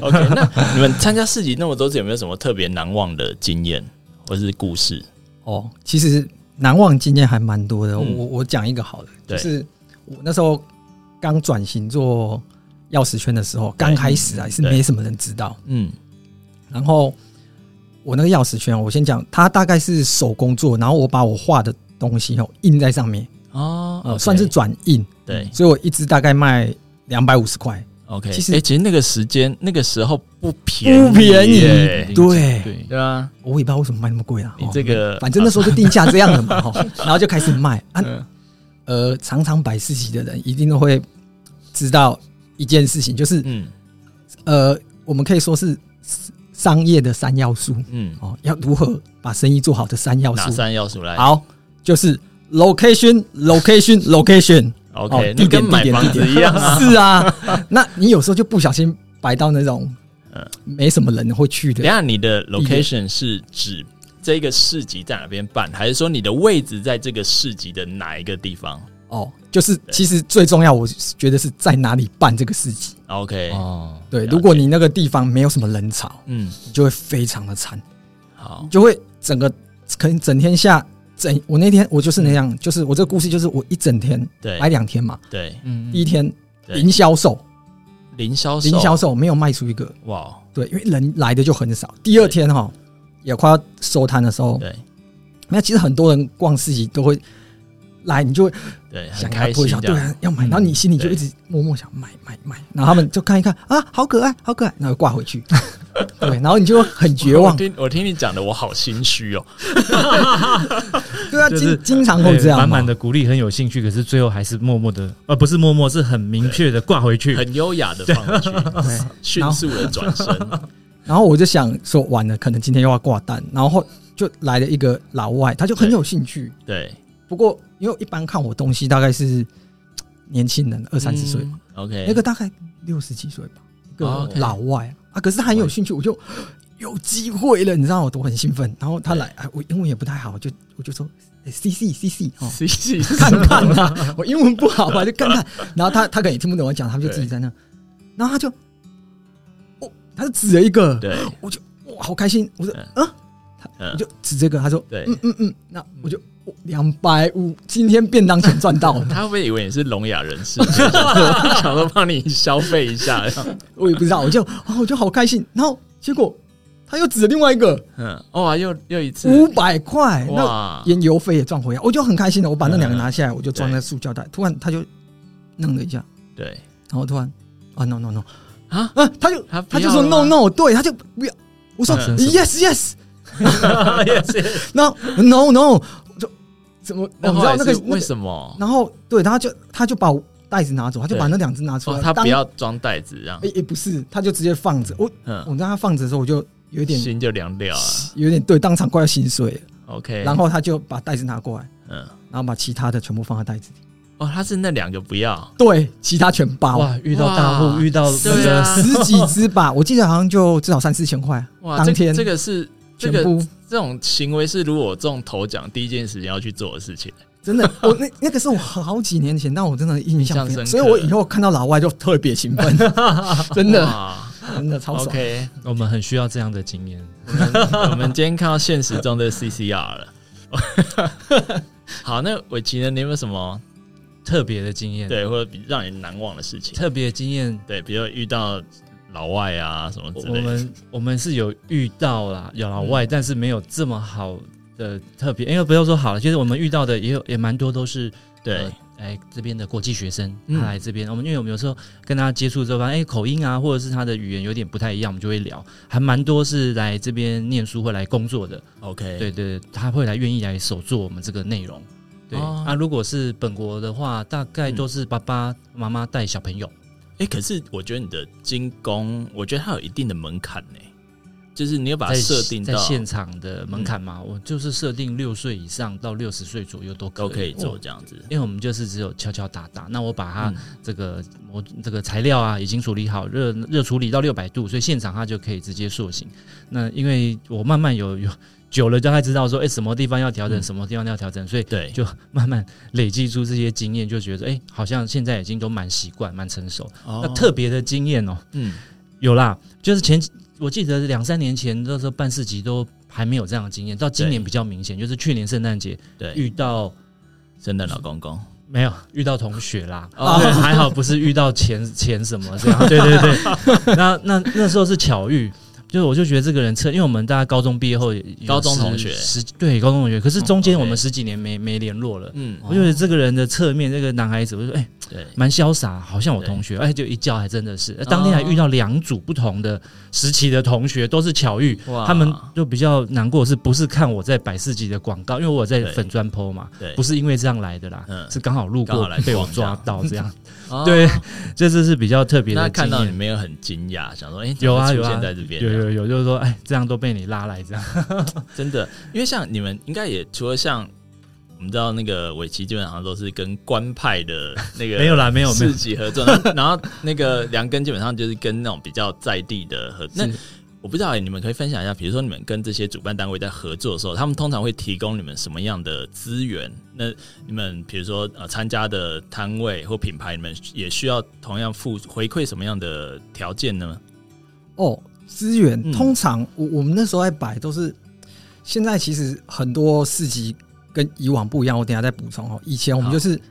[SPEAKER 1] OK，那你们参加市集那么多次，有没有什么特别难忘的经验或是故事？
[SPEAKER 2] 哦，其实难忘经验还蛮多的。
[SPEAKER 1] 嗯
[SPEAKER 2] 我我讲一个好了，
[SPEAKER 1] 对
[SPEAKER 2] 就是我那时候刚转型做钥匙圈的时候，刚开始还是
[SPEAKER 1] 对
[SPEAKER 2] 没什么人知道。
[SPEAKER 1] 嗯，
[SPEAKER 2] 然后我那个钥匙圈，我先讲，它大概是手工做，然后我把我画的东西哦印在上面，
[SPEAKER 1] 哦
[SPEAKER 2] 呃，算是转印。
[SPEAKER 1] 对
[SPEAKER 2] 所以我一只大概卖两百五十块，
[SPEAKER 1] ，OK。
[SPEAKER 2] 其实
[SPEAKER 1] 诶其实那个时间那个时候不便宜耶，
[SPEAKER 2] 不便宜
[SPEAKER 3] 对
[SPEAKER 2] 对
[SPEAKER 3] 对
[SPEAKER 1] 哎对啊，
[SPEAKER 2] 我也不知道为什么卖那么贵啊。
[SPEAKER 1] 你
[SPEAKER 2] 哦
[SPEAKER 1] 这个
[SPEAKER 2] 反正那时候就定价这样了
[SPEAKER 1] (laughs)
[SPEAKER 2] 嘛，哈，然后就开始卖啊。
[SPEAKER 1] 嗯
[SPEAKER 2] 呃，常常摆市集的人一定都会知道一件事情，就是
[SPEAKER 1] 嗯
[SPEAKER 2] 呃，我们可以说是商业的三要素
[SPEAKER 1] 嗯，
[SPEAKER 2] 哦，要如何把生意做好的三要
[SPEAKER 1] 哪
[SPEAKER 2] 素。
[SPEAKER 1] 三要素来
[SPEAKER 2] 好，就是 location location location，哦
[SPEAKER 1] ？OK，
[SPEAKER 2] 地
[SPEAKER 1] 那
[SPEAKER 2] 点
[SPEAKER 1] 跟买
[SPEAKER 2] 地点
[SPEAKER 1] 房
[SPEAKER 2] 地
[SPEAKER 1] 子一样
[SPEAKER 2] (laughs)
[SPEAKER 1] 啊。
[SPEAKER 2] 是啊，那你有时候就不小心摆到那种
[SPEAKER 1] 嗯
[SPEAKER 2] 没什么人会去
[SPEAKER 1] 等
[SPEAKER 2] 的
[SPEAKER 1] 一下你的 location 是指这个市集在哪边办，还是说你的位置在这个市集的哪一个地方
[SPEAKER 2] 哦，就是其实最重要，我觉得是在哪里办这个事情。
[SPEAKER 1] ？OK，
[SPEAKER 3] 哦，
[SPEAKER 2] 对，
[SPEAKER 1] 了
[SPEAKER 2] 如果
[SPEAKER 1] 解
[SPEAKER 2] 你那个地方没有什么人潮，
[SPEAKER 1] 嗯，
[SPEAKER 2] 你就会非常的惨，
[SPEAKER 1] 好
[SPEAKER 2] 你，就会整个可能整天下整，我那天我就是那样，就是我这个故事就是我一整天
[SPEAKER 1] 对
[SPEAKER 2] 来两天嘛，
[SPEAKER 1] 对
[SPEAKER 3] 嗯
[SPEAKER 2] 第一天
[SPEAKER 1] 对
[SPEAKER 2] 零销售，
[SPEAKER 1] 零销售
[SPEAKER 2] 零销售没有卖出一个，
[SPEAKER 1] 哇
[SPEAKER 2] 对，因为人来的就很少。第二天哈，也快要收摊的时候，
[SPEAKER 1] 对
[SPEAKER 2] 那其实很多人逛市集都会来，你就会
[SPEAKER 1] 对很
[SPEAKER 2] 想要
[SPEAKER 1] 开心
[SPEAKER 2] 推销，
[SPEAKER 1] 这
[SPEAKER 2] 对
[SPEAKER 1] 样
[SPEAKER 2] 啊，要买，
[SPEAKER 3] 嗯
[SPEAKER 2] 然后你心里就一直默默想买买买，然后他们就看一看啊，好可爱，好可爱，然后挂回
[SPEAKER 1] (laughs)
[SPEAKER 2] 去，对，然后你就会很绝
[SPEAKER 1] 我
[SPEAKER 2] 望，
[SPEAKER 1] 听我听你讲的，我好心虚
[SPEAKER 2] (laughs)
[SPEAKER 1] 哦。
[SPEAKER 2] 对啊，
[SPEAKER 3] 就是哎
[SPEAKER 2] 经经常会这样嘛，
[SPEAKER 3] 满满的鼓励，很有兴趣，可是最后还是默默的，呃，不是默默，是很明确的挂回去。
[SPEAKER 1] 很优雅的放回去，
[SPEAKER 2] (laughs) 对。
[SPEAKER 1] 迅速的转身。
[SPEAKER 2] 然后我就想说，完了，可能今天又要挂单，然后就来了一个老外，他就很有兴趣，
[SPEAKER 1] 对，
[SPEAKER 2] 不过因为一般看我东西大概是嗯年轻人二三十岁，
[SPEAKER 1] 嗯，OK， (laughs)
[SPEAKER 2] 那个大概六十几岁吧，一
[SPEAKER 1] 哦
[SPEAKER 2] 个
[SPEAKER 1] ，OK
[SPEAKER 2] 老外啊，可是他很有兴趣，我就有机会了，你知道我多很兴奋。然后他来，哎，我英文也不太好，就我就说、哎 C C C C 哦，
[SPEAKER 1] C C
[SPEAKER 2] (laughs) 看看啊，我英文不好吧，就看看。然后他他可能也听不懂我讲，他们就自己在那，然后他就，哦，他就指了一个，
[SPEAKER 1] 对，
[SPEAKER 2] 哇，好开心！我说，
[SPEAKER 1] 嗯
[SPEAKER 2] 嗯、啊，
[SPEAKER 1] 嗯
[SPEAKER 2] 我就指这个，他说，
[SPEAKER 1] 对
[SPEAKER 2] 嗯嗯嗯，那我就两百五，今天便当钱赚到了，
[SPEAKER 1] (laughs) 他会不会以为你是聋哑人
[SPEAKER 2] (laughs)
[SPEAKER 1] 士，所以想想说帮你消费一下？这样
[SPEAKER 2] 我也不知道，我就啊，我就好开心。然后结果他又指了另外一个
[SPEAKER 1] 嗯，哇，又又一次，
[SPEAKER 2] 五百块，那
[SPEAKER 1] 哇，
[SPEAKER 2] 烟油费也赚回来，我就很开心了。我把那两个拿下来，我就装
[SPEAKER 1] 对
[SPEAKER 2] 在塑胶袋。突然他就弄了一下，
[SPEAKER 1] 对
[SPEAKER 2] 然后突然啊，no no no，
[SPEAKER 1] 啊，
[SPEAKER 2] 啊，他就
[SPEAKER 1] 他
[SPEAKER 2] 他就说 no no，对，他就不要。我说
[SPEAKER 1] 嗯
[SPEAKER 2] yes
[SPEAKER 1] (laughs)
[SPEAKER 2] yes，
[SPEAKER 1] no，也是。
[SPEAKER 2] (laughs) 然后 no no，我就怎么我
[SPEAKER 1] 那
[SPEAKER 2] 知
[SPEAKER 1] 后
[SPEAKER 2] 道
[SPEAKER 1] 来
[SPEAKER 2] 那个
[SPEAKER 1] 是
[SPEAKER 2] 那
[SPEAKER 1] 为
[SPEAKER 2] 个，
[SPEAKER 1] 什么？
[SPEAKER 2] 然后对，他就他就把袋子拿走，他就
[SPEAKER 1] 对
[SPEAKER 2] 把那两只拿出
[SPEAKER 1] 哦，
[SPEAKER 2] 来，
[SPEAKER 1] 他
[SPEAKER 2] 当
[SPEAKER 1] 不要装袋子，这样
[SPEAKER 2] 也，也不是，他就直接放着。我
[SPEAKER 1] 嗯，
[SPEAKER 2] 我让他放着的时候，我就有点
[SPEAKER 1] 心就凉掉了。
[SPEAKER 2] 有点对，当场快要心碎了。
[SPEAKER 1] OK，
[SPEAKER 2] 然后他就把袋子拿过来，
[SPEAKER 1] 嗯，
[SPEAKER 2] 然后把其他的全部放在袋子里。
[SPEAKER 1] 哦，他是那两个不要，
[SPEAKER 2] 对，其他全包，
[SPEAKER 3] 哇，遇到大户，
[SPEAKER 1] 哇
[SPEAKER 3] 遇到那
[SPEAKER 1] 对
[SPEAKER 3] 个
[SPEAKER 1] 啊
[SPEAKER 2] 十几只吧，我记得好像就至少三四千块。啊
[SPEAKER 1] 哇，
[SPEAKER 2] 当
[SPEAKER 1] 这
[SPEAKER 2] 天
[SPEAKER 1] 这个是这
[SPEAKER 2] 全
[SPEAKER 1] 个
[SPEAKER 2] 部
[SPEAKER 1] 这种行为是如果我中头奖第一件事情要去做的事情。
[SPEAKER 2] 真的，我那那个是我好几年前，但我真的印象非
[SPEAKER 1] 印象深刻
[SPEAKER 2] 常，所以我以后看到老外就特别兴
[SPEAKER 1] (laughs)
[SPEAKER 2] 奋，真的
[SPEAKER 1] 哇
[SPEAKER 2] 真的呃超爽。
[SPEAKER 1] OK，
[SPEAKER 3] 我们很需要这样的经验。
[SPEAKER 1] 我们今天看到现实中的 CCR 了。 (laughs) 好，那伟奇呢？你有没有什么
[SPEAKER 3] 特别的经验，，
[SPEAKER 1] 对或者比让你难忘的事情？
[SPEAKER 3] 特别的经验，
[SPEAKER 1] 对，比如遇到老外啊什么之
[SPEAKER 3] 我
[SPEAKER 1] 类的。
[SPEAKER 3] 们我们是有遇到啦，有老外，但是没有这么好的特别，因为不要说好了，其实我们遇到的也有也蛮多都是
[SPEAKER 1] 对
[SPEAKER 3] 呃，哎这边的国际学生，
[SPEAKER 1] 嗯
[SPEAKER 3] 他来这边，我们因为我们有时候跟他接触之后，发现哎口音啊，或者是他的语言有点不太一样，我们就会聊，还蛮多是来这边念书或来工作的，
[SPEAKER 1] ，OK，
[SPEAKER 3] 对对，对他会来愿意来手做我们这个内容。对、
[SPEAKER 1] 哦
[SPEAKER 3] 啊，如果是本国的话，大概
[SPEAKER 1] 嗯
[SPEAKER 3] 都是爸爸妈妈带小朋友。
[SPEAKER 1] 哎、可是我觉得你的精工，我觉得它有一定的门槛呢、就是你要把它
[SPEAKER 3] 在
[SPEAKER 1] 设定
[SPEAKER 3] 在
[SPEAKER 1] 到嗯
[SPEAKER 3] 现场的门槛嘛，我就是设定六岁以上到六十岁左右都可以
[SPEAKER 1] 都可以做
[SPEAKER 3] 哦
[SPEAKER 1] 这样子。
[SPEAKER 3] 因为我们就是只有敲敲打打，那我把它
[SPEAKER 1] 嗯
[SPEAKER 3] 这个模、这个材料啊已经处理好，热热处理到六百度，所以现场它就可以直接塑形。那因为我慢慢有有久了，大概知道说，哎、什么地方要调整，
[SPEAKER 1] 嗯
[SPEAKER 3] 什么地方要调整，所以
[SPEAKER 1] 对，
[SPEAKER 3] 就慢慢累积出这些经验，就觉得哎、诶好像现在已经都蛮习惯、蛮成熟。那
[SPEAKER 1] 那
[SPEAKER 3] 特别的经验哦、
[SPEAKER 1] 嗯，
[SPEAKER 3] 有啦，就是前几我记得两三年前那时候办市集都还没有这样的经验，到今年
[SPEAKER 1] 对
[SPEAKER 3] 比较明显，就是去年圣诞节
[SPEAKER 1] 对，
[SPEAKER 3] 遇到
[SPEAKER 1] 圣诞老公公，
[SPEAKER 3] 没有遇到同学啦，
[SPEAKER 1] 哦
[SPEAKER 3] 对，还好不是遇到钱 (laughs) 钱什么这样，对对对， (laughs) 那那那时候是巧遇。就是我就觉得这个人彻，因为我们大家高中毕业后也有
[SPEAKER 1] 高中
[SPEAKER 3] 十
[SPEAKER 1] 同学
[SPEAKER 3] 十对高中同学，可是中
[SPEAKER 1] 嗯
[SPEAKER 3] 间
[SPEAKER 1] ，OK
[SPEAKER 3] 我们十几年没没联络了。
[SPEAKER 1] 嗯，
[SPEAKER 3] 我就觉得这个人的侧面，这个男孩子，我就说，哎、
[SPEAKER 1] 对，
[SPEAKER 3] 蛮潇洒，好像我
[SPEAKER 1] 对
[SPEAKER 3] 同学，哎，就一叫还真的是。呃当天还遇到两组不同的时期的同学，都是巧遇，
[SPEAKER 1] 哇
[SPEAKER 3] 他们就比较难过，是不是看我在百事集的广告？因为我在
[SPEAKER 1] 对
[SPEAKER 3] 粉砖 PO 嘛，
[SPEAKER 1] 对，
[SPEAKER 3] 不是因为这样来的啦，
[SPEAKER 1] 嗯
[SPEAKER 3] 是刚好路
[SPEAKER 1] 刚好
[SPEAKER 3] 过
[SPEAKER 1] 来逛
[SPEAKER 3] 被我
[SPEAKER 1] 这
[SPEAKER 3] 抓
[SPEAKER 1] 样
[SPEAKER 3] 到这样。
[SPEAKER 1] (laughs) 哦
[SPEAKER 3] 对，这次是比较特别
[SPEAKER 1] 那
[SPEAKER 3] 的
[SPEAKER 1] 看
[SPEAKER 3] 经
[SPEAKER 1] 到你
[SPEAKER 3] 验。
[SPEAKER 1] 没有很惊讶，想说，哎、怎
[SPEAKER 3] 有
[SPEAKER 1] 么
[SPEAKER 3] 啊
[SPEAKER 1] 会
[SPEAKER 3] 有
[SPEAKER 1] 出
[SPEAKER 3] 啊
[SPEAKER 1] 现在这，边
[SPEAKER 3] 有
[SPEAKER 1] 这样
[SPEAKER 3] 有有，就是说，哎，这样都被你拉来这样。
[SPEAKER 1] 真的，因为像你们应该也除了像我们知道那个尾崎基本上都是跟官派的那个
[SPEAKER 3] (laughs) 没有啦，没有没有
[SPEAKER 1] 市，集合作，然后然后那 (laughs) 个梁根基本上就是跟那种比较在地的合。那
[SPEAKER 2] 是
[SPEAKER 1] 我不知道、欸、你们可以分享一下，比如说你们跟这些主办单位在合作的时候，他们通常会提供你们什么样的资源？那你们比如说呃参加的摊位或品牌，你们也需要同样付回馈什么样的条件呢？
[SPEAKER 2] 哦，资源
[SPEAKER 1] 嗯
[SPEAKER 2] 通常我我们那时候在摆都是现在其实很多市集跟以往不一样，我等一下再补充哦。以前我们
[SPEAKER 1] 好
[SPEAKER 2] 就是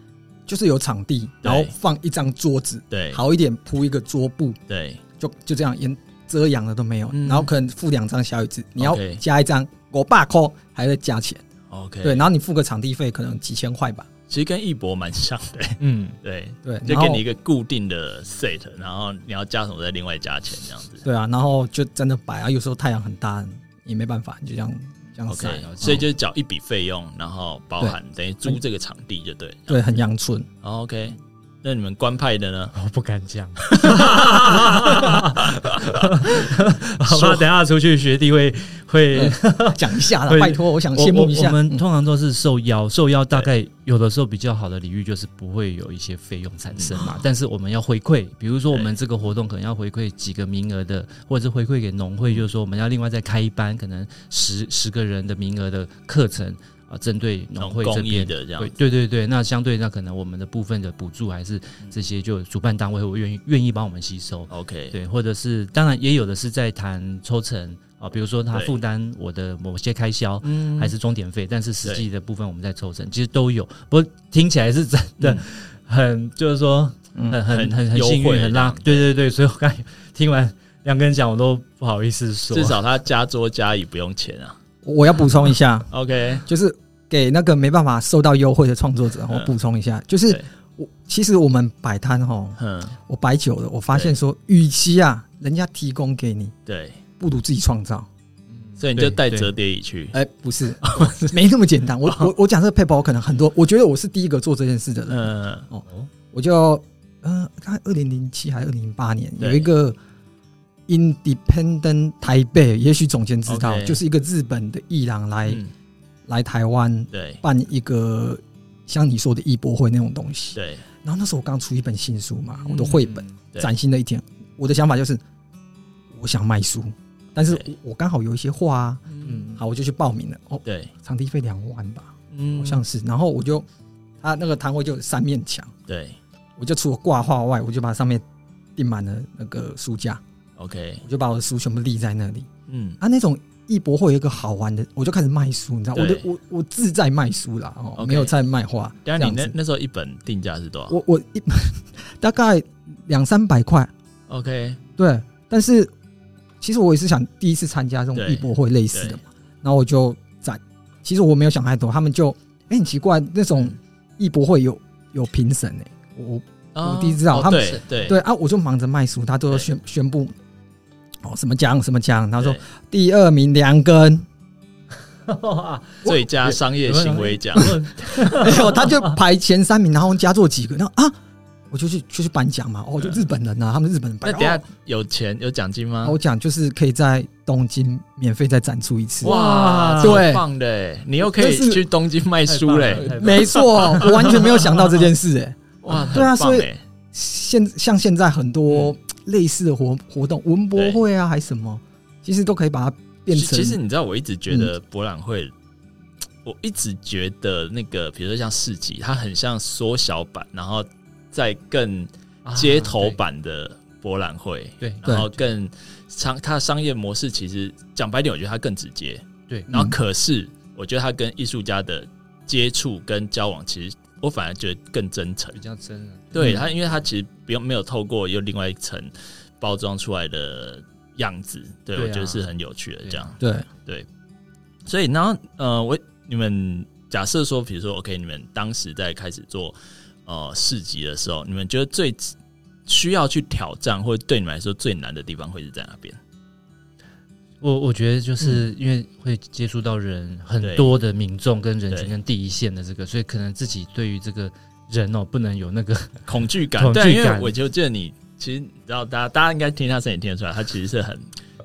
[SPEAKER 2] 就是有场地，
[SPEAKER 1] 对
[SPEAKER 2] 然后放一张桌子，
[SPEAKER 1] 对，
[SPEAKER 2] 好一点铺一个桌布，
[SPEAKER 1] 对，
[SPEAKER 2] 就就这样，连遮阳的都没有。
[SPEAKER 1] 嗯
[SPEAKER 2] 然后可能付两张小椅子，你要
[SPEAKER 1] OK
[SPEAKER 2] 加一张我爸扣，还会加钱。
[SPEAKER 1] OK，
[SPEAKER 2] 对，然后你付个场地费可能几千块吧。
[SPEAKER 1] 其实跟艺博蛮像的，
[SPEAKER 3] 嗯，
[SPEAKER 1] 对，
[SPEAKER 2] 对，
[SPEAKER 1] 就
[SPEAKER 2] 然
[SPEAKER 1] 给
[SPEAKER 2] 后
[SPEAKER 1] 你一个固定的 set，然后你要加什么再另外加钱这样子。
[SPEAKER 2] 对啊，然后就真的摆啊，有时候太阳很大也没办法，你就这样这样晒
[SPEAKER 1] OK，
[SPEAKER 2] 哦。
[SPEAKER 1] 所以就是缴一笔费用，然后包含等于租这个场地就对。
[SPEAKER 2] 对，很阳
[SPEAKER 1] (laughs)
[SPEAKER 2] 春。
[SPEAKER 1] 哦 OK，那你们官派的呢？
[SPEAKER 3] 我不
[SPEAKER 1] (laughs)
[SPEAKER 3] 敢讲。好吧，等一下出去学弟会会
[SPEAKER 2] 讲一下啦，
[SPEAKER 3] 对
[SPEAKER 2] 拜托，我想
[SPEAKER 3] 我
[SPEAKER 2] 羡慕一
[SPEAKER 3] 我
[SPEAKER 2] 下
[SPEAKER 3] 我。们
[SPEAKER 1] 嗯
[SPEAKER 3] 通常都是受邀，受邀大概有的时候比较好的礼遇就是不会有一些费用产生
[SPEAKER 1] 嗯
[SPEAKER 3] 嘛，但是我们要回馈，比如说我们这个活动可能要回馈几个名额的，或者是回馈给农
[SPEAKER 1] 嗯
[SPEAKER 3] 会，就是说我们要另外再开一班，可能十十个人的名额的课程啊，针对
[SPEAKER 1] 那
[SPEAKER 3] 农
[SPEAKER 1] 种
[SPEAKER 3] 会这
[SPEAKER 1] 公益
[SPEAKER 3] 边。
[SPEAKER 1] 的这样
[SPEAKER 3] 对
[SPEAKER 1] 子。
[SPEAKER 3] 对对对，那相对那可能我们的部分的补助还是
[SPEAKER 1] 嗯
[SPEAKER 3] 这些，就主办单位会愿意愿意帮我们吸收。
[SPEAKER 1] OK，
[SPEAKER 3] 对，或者是当然也有的是在谈抽成啊，比如说他
[SPEAKER 1] 对
[SPEAKER 3] 负担我的某些开销，
[SPEAKER 1] 嗯
[SPEAKER 3] 还是钟点费，但是实际的部分我们在抽成，其实都有。不过听起来是真的、
[SPEAKER 1] 嗯
[SPEAKER 3] 很，就是说
[SPEAKER 2] 嗯
[SPEAKER 3] 很很很很
[SPEAKER 1] 优
[SPEAKER 3] 幸
[SPEAKER 1] 惠
[SPEAKER 3] 运，很
[SPEAKER 1] 这样
[SPEAKER 3] 拉。对对对，所以我刚才听完两个人讲，我都不好意思说。
[SPEAKER 1] 至少他加桌加椅不用钱啊。
[SPEAKER 2] 我要补充一下，
[SPEAKER 1] OK，
[SPEAKER 2] 就是给那个没办法受到优惠的创作者，我补充一下，就是
[SPEAKER 1] 嗯对
[SPEAKER 2] 我其实我们摆摊哈，
[SPEAKER 1] 嗯，
[SPEAKER 2] 我摆久了，我发现说，与其啊人家提供给你，
[SPEAKER 1] 对，
[SPEAKER 2] 不如自己创造。
[SPEAKER 1] 所以你就带
[SPEAKER 3] 对
[SPEAKER 1] 折叠椅去。
[SPEAKER 2] 哎、
[SPEAKER 1] (laughs)
[SPEAKER 2] 不是，没那么简单。我我我讲这个 paper，我可能很多，我觉得我是第一个做这件事的人。
[SPEAKER 1] 嗯
[SPEAKER 2] 我就呃，看二零零七还是二零零八年，
[SPEAKER 1] 对
[SPEAKER 2] 有一个 Independent 台北，也许总监知道
[SPEAKER 1] OK
[SPEAKER 2] 就是一个日本的艺廊来、
[SPEAKER 1] 嗯，
[SPEAKER 2] 来台湾
[SPEAKER 1] 对
[SPEAKER 2] 办一个像你说的艺博会那种东西。
[SPEAKER 1] 对嗯
[SPEAKER 2] 然后那时候我刚出一本新书嘛，我的
[SPEAKER 3] 都
[SPEAKER 2] 绘本《
[SPEAKER 1] 对
[SPEAKER 2] 崭新的一天》，我的想法就是我想卖书，但是
[SPEAKER 1] 对
[SPEAKER 2] 我我刚好有一些画啊，
[SPEAKER 1] 嗯
[SPEAKER 2] 好，我就去报名了。哦，
[SPEAKER 1] 对，
[SPEAKER 2] 场地费两万吧，
[SPEAKER 1] 嗯
[SPEAKER 2] 好像是。然后我就他那个摊位就有三面墙，
[SPEAKER 1] 对
[SPEAKER 2] 我就除了挂画外，我就把上面订满了那个书架，
[SPEAKER 1] OK，
[SPEAKER 2] 我就把我的书全部立在那里。
[SPEAKER 1] 嗯
[SPEAKER 2] 啊，那种艺博会有一个好玩的，我就开始卖书，你知道，我
[SPEAKER 1] 对
[SPEAKER 2] 的我我自在卖书啦，哦，
[SPEAKER 1] OK
[SPEAKER 2] 没有在卖画。
[SPEAKER 1] 等一下你那
[SPEAKER 2] 这样子
[SPEAKER 1] 那时候一本定价是多少
[SPEAKER 2] 我我一大概两三百块，
[SPEAKER 1] ？OK，
[SPEAKER 2] 对，但是其实我也是想第一次参加这种
[SPEAKER 1] 对
[SPEAKER 2] 艺博会类似的嘛，然后我就在，其实我没有想太多，他们就哎、很奇怪，那种
[SPEAKER 1] 嗯
[SPEAKER 2] 艺博会有有评审哎，我
[SPEAKER 1] 哦
[SPEAKER 2] 我第一次知道
[SPEAKER 1] 哦
[SPEAKER 2] 他们
[SPEAKER 1] 对
[SPEAKER 3] (laughs) 是
[SPEAKER 1] 对
[SPEAKER 2] 对啊，我就忙着卖书，他都宣宣布哦什么奖什么奖，他说
[SPEAKER 1] 对
[SPEAKER 2] 第二名梁
[SPEAKER 1] (laughs)
[SPEAKER 2] 根，
[SPEAKER 1] 最佳商业行为奖，
[SPEAKER 2] 没有他就排前三名，然后加做几个，然后啊我就去就去颁奖嘛，哦就日本人啊，他们日本人颁
[SPEAKER 1] 那等
[SPEAKER 2] 奖，
[SPEAKER 1] 一下嗯
[SPEAKER 2] 哦
[SPEAKER 1] 有钱有奖金吗
[SPEAKER 2] 我？讲就是可以在东京免费再展出一次，
[SPEAKER 1] 哇，
[SPEAKER 2] 对
[SPEAKER 1] 超棒的欸，你又可以
[SPEAKER 2] 这是
[SPEAKER 1] 去东京卖
[SPEAKER 3] 太
[SPEAKER 1] 书
[SPEAKER 3] 棒
[SPEAKER 1] 嘞
[SPEAKER 3] 了，太棒
[SPEAKER 2] (laughs) 没错，我完全没有想到这件事、哎，
[SPEAKER 1] 哇，
[SPEAKER 2] 对啊
[SPEAKER 1] 很棒
[SPEAKER 2] 所以
[SPEAKER 1] 欸
[SPEAKER 2] 现像现在很
[SPEAKER 1] 嗯
[SPEAKER 2] 多类似的活活动，文博会啊，还什么，其实都可以把它变
[SPEAKER 1] 其
[SPEAKER 2] 成。
[SPEAKER 1] 其实你知道，我一直觉得博览会，我一直觉得那个，比如说像市集，它很像缩小版，然后再更街头版啊的博览会，
[SPEAKER 3] 对，啊对
[SPEAKER 1] 然后更商它的商业模式，其实讲白点，我觉得它更直接。
[SPEAKER 3] 对
[SPEAKER 1] 然后可是我觉得它跟艺术家的接触跟交往，其实我反而觉得更真诚
[SPEAKER 3] 比。较真啊，
[SPEAKER 1] 对它，因为它其实不用没有透过有另外一层包装出来的样子，对
[SPEAKER 3] 对啊啊
[SPEAKER 1] 我觉得是很有趣的这样。
[SPEAKER 2] 对，
[SPEAKER 1] 所以，然后呃，我你们假设说，比如说，OK，你们当时在开始做呃市集的时候，你们觉得最需要去挑战，或者对你们来说最难的地方会是在哪
[SPEAKER 3] (laughs)
[SPEAKER 1] 边？
[SPEAKER 3] 我我觉得就是因为会接触到人
[SPEAKER 1] 嗯对
[SPEAKER 3] 很多的民众跟人
[SPEAKER 1] 对
[SPEAKER 3] 群跟第一线的这个，所以可能自己对于这个人哦不能有那个
[SPEAKER 1] 恐惧感，
[SPEAKER 3] 恐惧
[SPEAKER 1] 对，因为
[SPEAKER 3] 感
[SPEAKER 1] 我就记得你，其实你知道，大家大家应该听他声音听得出来，他其实是很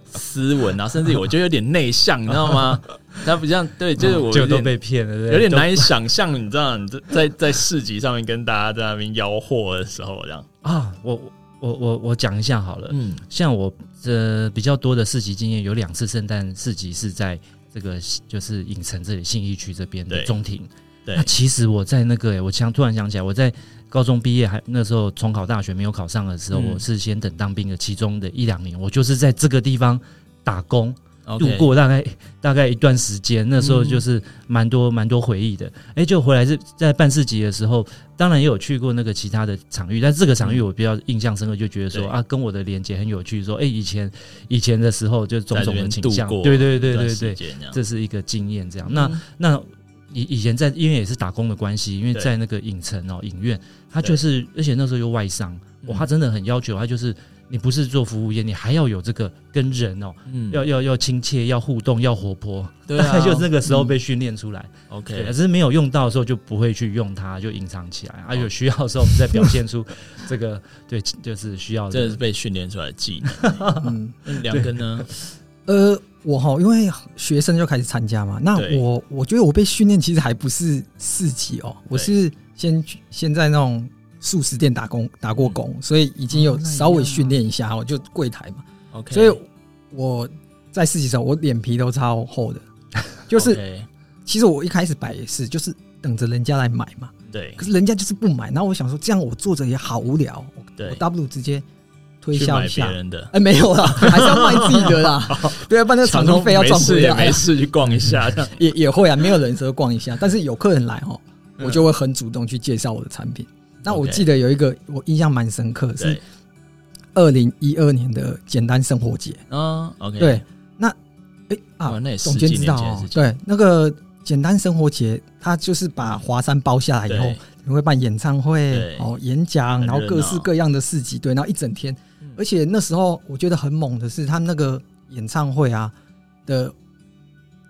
[SPEAKER 1] 斯文，然后甚至我觉得有点内向，你知道吗？他不像对， (laughs) 就是我
[SPEAKER 3] (laughs) 就
[SPEAKER 1] 有
[SPEAKER 3] 都
[SPEAKER 1] 点
[SPEAKER 3] 被骗了，对不对
[SPEAKER 1] 有点
[SPEAKER 3] 都
[SPEAKER 1] 难以想象，你知道，你在在市集上面跟大家在那边吆喝的时候，这样，
[SPEAKER 3] 啊！我我我我我讲一下好了，
[SPEAKER 1] 嗯，
[SPEAKER 3] 像我呃比较多的市集经验，有两次圣诞市集是在这个就是影城这里信义区这边的
[SPEAKER 1] 对
[SPEAKER 3] 中庭。
[SPEAKER 1] 对
[SPEAKER 3] 那其实我在那个、欸，我想突然想起来，我在高中毕业还那时候重考大学没有考上的时候，
[SPEAKER 1] 嗯
[SPEAKER 3] 我是先等当兵的其中的一两年，我就是在这个地方打工，度
[SPEAKER 1] OK，嗯
[SPEAKER 3] 过大概大概一段时间，那时候就是蛮多蛮多回忆的。哎、就回来是在办市集的时候，当然也有去过那个其他的场域，但这个场域我比较印象深刻，就觉得
[SPEAKER 1] 嗯
[SPEAKER 3] 说
[SPEAKER 1] 对
[SPEAKER 3] 啊，跟我的连接很有趣。说哎、以前以前的时候就种
[SPEAKER 1] 在这
[SPEAKER 3] 种的
[SPEAKER 1] 边
[SPEAKER 3] 倾
[SPEAKER 1] 度
[SPEAKER 3] 向，
[SPEAKER 1] 过，
[SPEAKER 3] 对对对对对，
[SPEAKER 1] 这样。
[SPEAKER 3] 这是一个经验。这样，那
[SPEAKER 1] 嗯
[SPEAKER 3] 那以以前在因为也是打工的关系，因为
[SPEAKER 1] 对
[SPEAKER 3] 在那个影城哦、影院，他
[SPEAKER 1] 对
[SPEAKER 3] 就是而且那时候又外商，哇，
[SPEAKER 1] 嗯
[SPEAKER 3] 他真的很要求，他就是你不是做服务业，你还要有这个跟人哦、
[SPEAKER 1] 嗯
[SPEAKER 3] 要要要亲切，要互动，要活泼，
[SPEAKER 1] 对
[SPEAKER 3] 大
[SPEAKER 2] (laughs)
[SPEAKER 1] 啊，
[SPEAKER 3] (laughs) 概就是那个时候被训练出来。对，
[SPEAKER 1] OK，
[SPEAKER 3] 只是没有用到的时候就不会去用它，就隐藏起来。
[SPEAKER 1] 哦
[SPEAKER 3] 啊，有需要的时候，我们再表现出这个对，就是需要
[SPEAKER 1] 这
[SPEAKER 3] 的
[SPEAKER 1] 是。被训练出来的技
[SPEAKER 2] (laughs) 嗯，
[SPEAKER 1] 能。两根
[SPEAKER 2] (laughs)
[SPEAKER 1] 呢？
[SPEAKER 2] 呃，我哈，因为学生就开始参加嘛，那
[SPEAKER 1] 对
[SPEAKER 2] 我我觉得我被训练其实还不是四级哦，我是先去先在那种素食店打工打过工，
[SPEAKER 1] 嗯
[SPEAKER 2] 所以已经
[SPEAKER 3] 哦
[SPEAKER 2] 有
[SPEAKER 3] 那一样啊
[SPEAKER 2] 稍微训练一下，我就柜台嘛，
[SPEAKER 1] OK，
[SPEAKER 2] 所以我在四级的时候，我脸皮都超厚的，
[SPEAKER 1] (laughs)
[SPEAKER 2] 就是其实我一开始摆也是，就是等着人家来买嘛，
[SPEAKER 1] 对
[SPEAKER 2] 可是人家就是不买，然后我想说这样我坐着也好无聊，我
[SPEAKER 1] 对
[SPEAKER 2] 我，W 直接推
[SPEAKER 1] 去
[SPEAKER 2] 销
[SPEAKER 1] 买
[SPEAKER 2] 一
[SPEAKER 1] 别
[SPEAKER 2] 下。
[SPEAKER 1] 人的，
[SPEAKER 2] 哎，没有
[SPEAKER 1] (laughs)
[SPEAKER 2] 啦，还是要卖自己的啦，对啊，不然那
[SPEAKER 1] 想
[SPEAKER 2] 场
[SPEAKER 1] 说
[SPEAKER 2] 通费要
[SPEAKER 1] 没
[SPEAKER 2] 赚
[SPEAKER 1] 事
[SPEAKER 2] 回
[SPEAKER 1] 也
[SPEAKER 2] 来
[SPEAKER 1] 没
[SPEAKER 2] 啊。
[SPEAKER 1] 事去逛一下，这样
[SPEAKER 2] 也也会啊，没有人时候逛一下，但是有客人来哦，
[SPEAKER 1] 嗯
[SPEAKER 2] 我就会很主动去介绍我的产品。那我
[SPEAKER 1] OK
[SPEAKER 2] 记得有一个我印象蛮深刻， (laughs) 是
[SPEAKER 1] 对，
[SPEAKER 2] 二零一二年的简单生活节。
[SPEAKER 1] 嗯，OK，
[SPEAKER 2] 对，那哎
[SPEAKER 1] 哇，
[SPEAKER 2] 啊，
[SPEAKER 1] 那也
[SPEAKER 2] 总
[SPEAKER 1] 十几
[SPEAKER 2] 监
[SPEAKER 1] 年
[SPEAKER 2] 知道
[SPEAKER 1] 前的
[SPEAKER 2] 哦
[SPEAKER 1] 事，情，
[SPEAKER 2] 对，那个简单生活节，它就是把华山包下来以后，你会办演唱
[SPEAKER 1] 对
[SPEAKER 2] 会哦、演讲，
[SPEAKER 1] 很
[SPEAKER 2] 然后各
[SPEAKER 1] 热
[SPEAKER 2] 式
[SPEAKER 1] 闹
[SPEAKER 2] 各样的市集，对，然后一整天
[SPEAKER 1] 嗯。
[SPEAKER 2] 而且那时候我觉得很猛的是，他们那个演唱会啊的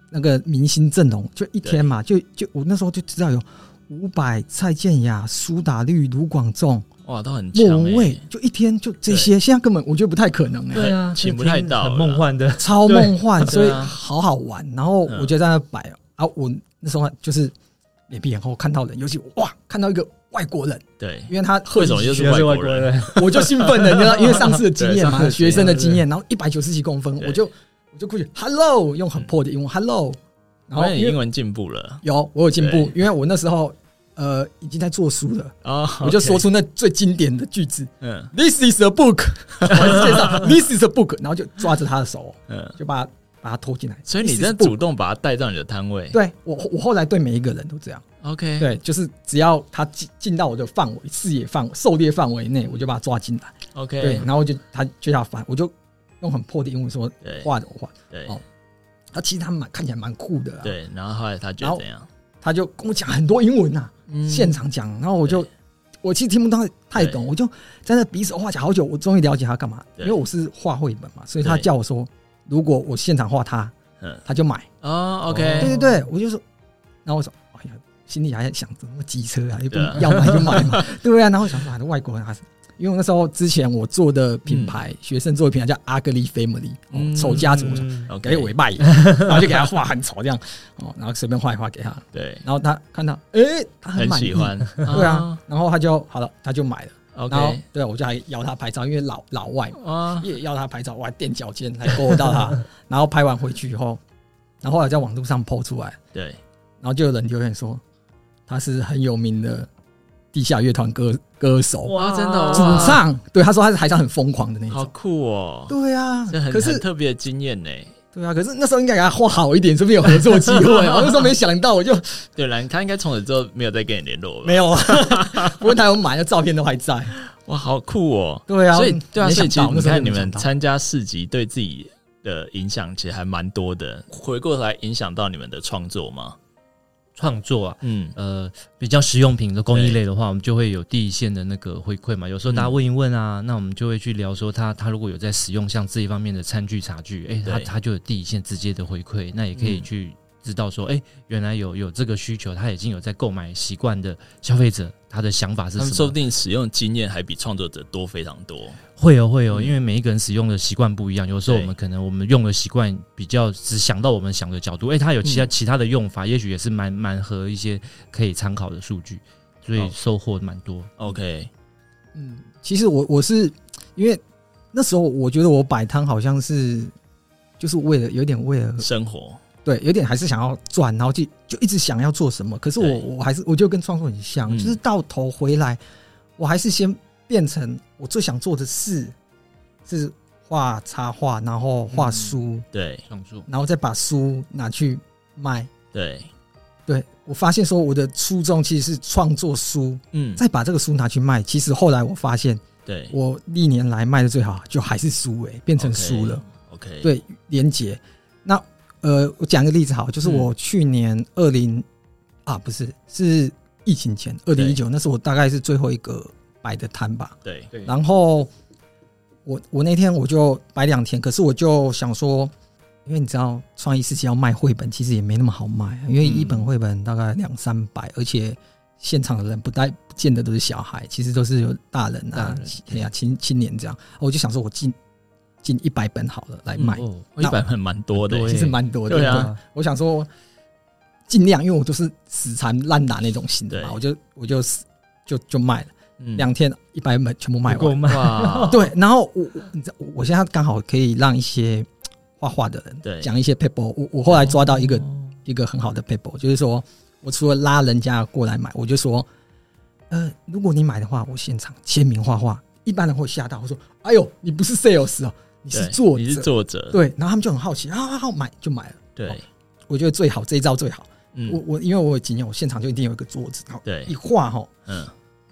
[SPEAKER 2] 那个明星阵容，就一天嘛，就就我那时候就知道有伍佰、蔡健雅、苏打绿、卢广仲、
[SPEAKER 1] 哇，都很
[SPEAKER 2] 莫
[SPEAKER 1] 强
[SPEAKER 2] 文
[SPEAKER 1] 欸
[SPEAKER 2] 蔚，就一天就这些。现在根本我觉得不太可能哎、
[SPEAKER 3] 对啊，
[SPEAKER 1] 请不太到
[SPEAKER 3] 很梦幻的。
[SPEAKER 2] 超梦幻，所
[SPEAKER 1] 对
[SPEAKER 2] 以
[SPEAKER 1] 啊
[SPEAKER 2] 好好玩。然后
[SPEAKER 1] 嗯
[SPEAKER 2] 我就在那摆啊，我那时候就是脸皮很厚，看到人，尤其哇，看到一个外国人，
[SPEAKER 1] 对，
[SPEAKER 2] 因为他
[SPEAKER 1] 为
[SPEAKER 2] 会
[SPEAKER 1] 什么又
[SPEAKER 3] 就是
[SPEAKER 1] 外国人？，
[SPEAKER 3] (laughs)
[SPEAKER 2] 我就兴
[SPEAKER 1] (laughs)
[SPEAKER 2] 奋了，你知道，因为上次的经验
[SPEAKER 1] 对上次
[SPEAKER 2] 嘛，
[SPEAKER 1] 的经
[SPEAKER 2] 学
[SPEAKER 1] 验
[SPEAKER 2] 生的经验，然后一百九十几公分，
[SPEAKER 1] 对
[SPEAKER 2] 我就我就过去 hello，用很破的英文 hello，然后
[SPEAKER 1] 那你
[SPEAKER 2] 因
[SPEAKER 1] 英
[SPEAKER 2] 为
[SPEAKER 1] 文进步了
[SPEAKER 2] 有我有进步
[SPEAKER 1] 对，
[SPEAKER 2] 因为我那时候呃已经在做书了，
[SPEAKER 1] 啊，
[SPEAKER 2] 我就
[SPEAKER 1] OK，
[SPEAKER 2] 说出那最经典的句子
[SPEAKER 1] 嗯
[SPEAKER 2] ，This is a book，我 (laughs) 还是介
[SPEAKER 1] (laughs)
[SPEAKER 2] 绍 This is a book，然后就抓着他的手，
[SPEAKER 1] 嗯，
[SPEAKER 2] 就把他把他拖进来，
[SPEAKER 1] 所以你
[SPEAKER 2] "This is
[SPEAKER 1] 在
[SPEAKER 2] a book
[SPEAKER 1] 主动把它带到你的摊位，
[SPEAKER 2] 对我，我后来对每一个人都这样，
[SPEAKER 1] ，OK，
[SPEAKER 2] 对，就是只要他进进到我的范围、视野范围、狩猎范围内，我就把他抓进来。对，
[SPEAKER 1] ，OK，
[SPEAKER 2] 然后我就他就要烦，我就用很破的英文说
[SPEAKER 1] 对
[SPEAKER 2] 画的我画。
[SPEAKER 1] 对
[SPEAKER 2] 哦他其实他蛮看起来蛮酷的啦，
[SPEAKER 1] 对，然后后来他觉
[SPEAKER 2] 然
[SPEAKER 1] 得
[SPEAKER 2] 后
[SPEAKER 1] 怎样？
[SPEAKER 2] 他就跟我讲很多英文呐、
[SPEAKER 1] 嗯
[SPEAKER 2] 现场讲，然后我就我其实听不到太懂，
[SPEAKER 1] 对
[SPEAKER 2] 我就在那比手画脚好久，我终于了解他干嘛，
[SPEAKER 1] 对
[SPEAKER 2] 因为我是画绘本嘛，所以他
[SPEAKER 1] 对
[SPEAKER 2] 叫我说，如果我现场画他
[SPEAKER 1] 嗯，
[SPEAKER 2] 他就买。
[SPEAKER 1] 哦
[SPEAKER 2] 对
[SPEAKER 1] ，OK，
[SPEAKER 2] 对对，我就说，然后我说，哎呀，心里还在想怎么机车啊，也不
[SPEAKER 1] 对啊
[SPEAKER 2] 能要买就
[SPEAKER 1] (laughs)
[SPEAKER 2] 买嘛，对啊。然后我想说，反正外国人还是，因为我那时候之前我做的品牌，学生做的品牌叫阿格丽 Family，、
[SPEAKER 1] 嗯
[SPEAKER 2] 哦、丑家哎族，我说
[SPEAKER 3] 嗯
[SPEAKER 1] ，OK，
[SPEAKER 2] 给尾巴眼，
[SPEAKER 1] (laughs)
[SPEAKER 2] 然后就给他画很丑这样，哦，然后随便画一画给他，
[SPEAKER 1] 对，
[SPEAKER 2] 然后他看到，诶，他
[SPEAKER 1] 很
[SPEAKER 2] 满意，
[SPEAKER 1] 喜欢，
[SPEAKER 2] (laughs) 对啊，然后他就好了，他就买了，
[SPEAKER 1] 哦
[SPEAKER 2] 然后
[SPEAKER 1] ，OK，
[SPEAKER 2] 对啊，我就还邀他拍照，因为老老外嘛
[SPEAKER 1] 啊，
[SPEAKER 2] 也要他拍照，我还垫脚尖来勾到
[SPEAKER 1] (laughs)
[SPEAKER 2] 他，然后拍完回去以后，然后后来在网络上 PO 出来。
[SPEAKER 1] 对，
[SPEAKER 2] 然后就有人留言说他是很有名的地下乐团歌歌手、
[SPEAKER 1] 哇，真的哦，
[SPEAKER 2] 主
[SPEAKER 1] 哇
[SPEAKER 2] 唱，对他说他是台上很疯狂的那
[SPEAKER 1] 好
[SPEAKER 2] 种。
[SPEAKER 1] 酷哦，
[SPEAKER 2] 对啊
[SPEAKER 1] 这，很
[SPEAKER 2] 可
[SPEAKER 1] 很
[SPEAKER 2] 是
[SPEAKER 1] 特别的经验呢。
[SPEAKER 2] 对啊，可是那时候应该给他画好一点，说不定有合作机会啊。我那时候没想到，我就
[SPEAKER 1] 对啦，他应该从此之后没有再跟你联络了吧
[SPEAKER 2] 没。有
[SPEAKER 1] (laughs)
[SPEAKER 2] 啊。不过他有买的照片都还在。
[SPEAKER 1] 哇，好酷哦！
[SPEAKER 2] 对啊，
[SPEAKER 1] 所以对啊，
[SPEAKER 2] 没
[SPEAKER 1] 所
[SPEAKER 2] 想
[SPEAKER 1] 以其实你看，你
[SPEAKER 2] 到那时候就没想
[SPEAKER 1] 们
[SPEAKER 2] 到
[SPEAKER 1] 参加市集对自己的影响其实还蛮多的，回过头来影响到你们的创作吗？
[SPEAKER 3] 创作啊，
[SPEAKER 1] 嗯，
[SPEAKER 3] 呃，比较实用品的工艺类的话，我们就会有第一线的那个回馈嘛。有时候
[SPEAKER 1] 嗯
[SPEAKER 3] 大家问一问啊，那我们就会去聊说他他如果有在使用像这一方面的餐具茶具，哎、
[SPEAKER 1] 对
[SPEAKER 3] 他他就有第一线直接的回馈，那也可以
[SPEAKER 1] 嗯
[SPEAKER 3] 去知道说，哎、原来有有这个需求，他已经有在购买习惯的消费者，他的想法是
[SPEAKER 1] 他们
[SPEAKER 3] 什么？
[SPEAKER 1] 说不定使用经验还比创作者多非常多。
[SPEAKER 3] 会有会有，哦
[SPEAKER 1] 嗯
[SPEAKER 3] 因为每一个人使用的习惯不一样，有时候
[SPEAKER 1] 对
[SPEAKER 3] 我们可能我们用的习惯比较只想到我们想的角度，哎、它有其
[SPEAKER 1] 嗯
[SPEAKER 3] 他、其他的用法，也许也是蛮蛮合一些可以参考的数据，所
[SPEAKER 1] 哦
[SPEAKER 3] 以收获蛮多。
[SPEAKER 1] OK，
[SPEAKER 2] 嗯，其实我我是因为那时候我觉得我摆摊好像是就是为了有点为了
[SPEAKER 1] 生活
[SPEAKER 2] 对，有点还是想要赚，然后就就一直想要做什么。可是我
[SPEAKER 1] 对
[SPEAKER 2] 我还是我就跟创作很像，
[SPEAKER 1] 嗯
[SPEAKER 2] 就是到头回来，我还是先变成我最想做的事是画插画，然后画
[SPEAKER 1] 嗯
[SPEAKER 2] 书，
[SPEAKER 1] 对
[SPEAKER 3] 创作，
[SPEAKER 2] 然后再把书拿去卖。
[SPEAKER 1] 对，
[SPEAKER 2] 对我发现说我的初衷其实是创作书，
[SPEAKER 1] 嗯，
[SPEAKER 2] 再把这个书拿去卖。其实后来我发现，
[SPEAKER 1] 对
[SPEAKER 2] 我历年来卖的最好就还是书、欸，变成书了。
[SPEAKER 1] ，OK，
[SPEAKER 2] 对，连结。那呃，我讲个例子好，就是
[SPEAKER 1] 嗯
[SPEAKER 2] 我去年二零、啊，不是是疫情前二零一九，那是我大概是最后一个摆的摊吧。
[SPEAKER 1] 对
[SPEAKER 3] 对
[SPEAKER 2] 然后我我那天我就摆两天，可是我就想说，因为你知道创意世界要卖绘本，其实也没那么好卖，啊因为一
[SPEAKER 3] 嗯
[SPEAKER 2] 本绘本大概两三百，而且现场的人不带不见得都是小孩，其实都是有大人啊
[SPEAKER 3] 大人，
[SPEAKER 2] 哎呀青青年这样。我就想说我进进一百本好了来卖，
[SPEAKER 3] 哦，
[SPEAKER 1] 一百本蛮多的
[SPEAKER 3] 很多
[SPEAKER 1] 欸，
[SPEAKER 2] 其
[SPEAKER 3] 耶
[SPEAKER 2] 实蛮多的。
[SPEAKER 1] 对啊
[SPEAKER 2] 我想说尽量，因为我都是死缠烂打那种型的嘛，
[SPEAKER 1] 对
[SPEAKER 2] 我就我就死就就卖了，
[SPEAKER 1] 嗯
[SPEAKER 2] 两天一百本全部卖
[SPEAKER 1] 不够
[SPEAKER 2] 完。
[SPEAKER 1] 卖， (laughs)
[SPEAKER 2] 对，然后我我你知道，我我现在刚好可以让一些画画的人
[SPEAKER 1] 对，
[SPEAKER 2] 讲一些 paper，我我后来抓到一个、
[SPEAKER 1] 哦
[SPEAKER 2] 一个很好的 paper，就是说我除了拉人家过来买，我就说，呃，如果你买的话，我现场签名画画，一般人会吓到，我说，哎呦，你不是 sales 哦，你是
[SPEAKER 1] 对
[SPEAKER 2] 作
[SPEAKER 1] 你是
[SPEAKER 2] 者，
[SPEAKER 1] 作者，
[SPEAKER 2] 对，然后他们就很好奇，啊，好买就买了。
[SPEAKER 3] 哦
[SPEAKER 1] 对，
[SPEAKER 2] 我觉得最好这一招最好。我
[SPEAKER 1] 嗯，
[SPEAKER 2] 我因为我有经验，我现场就一定有一个桌子，然后
[SPEAKER 1] 对
[SPEAKER 2] 一画哈，
[SPEAKER 1] 嗯，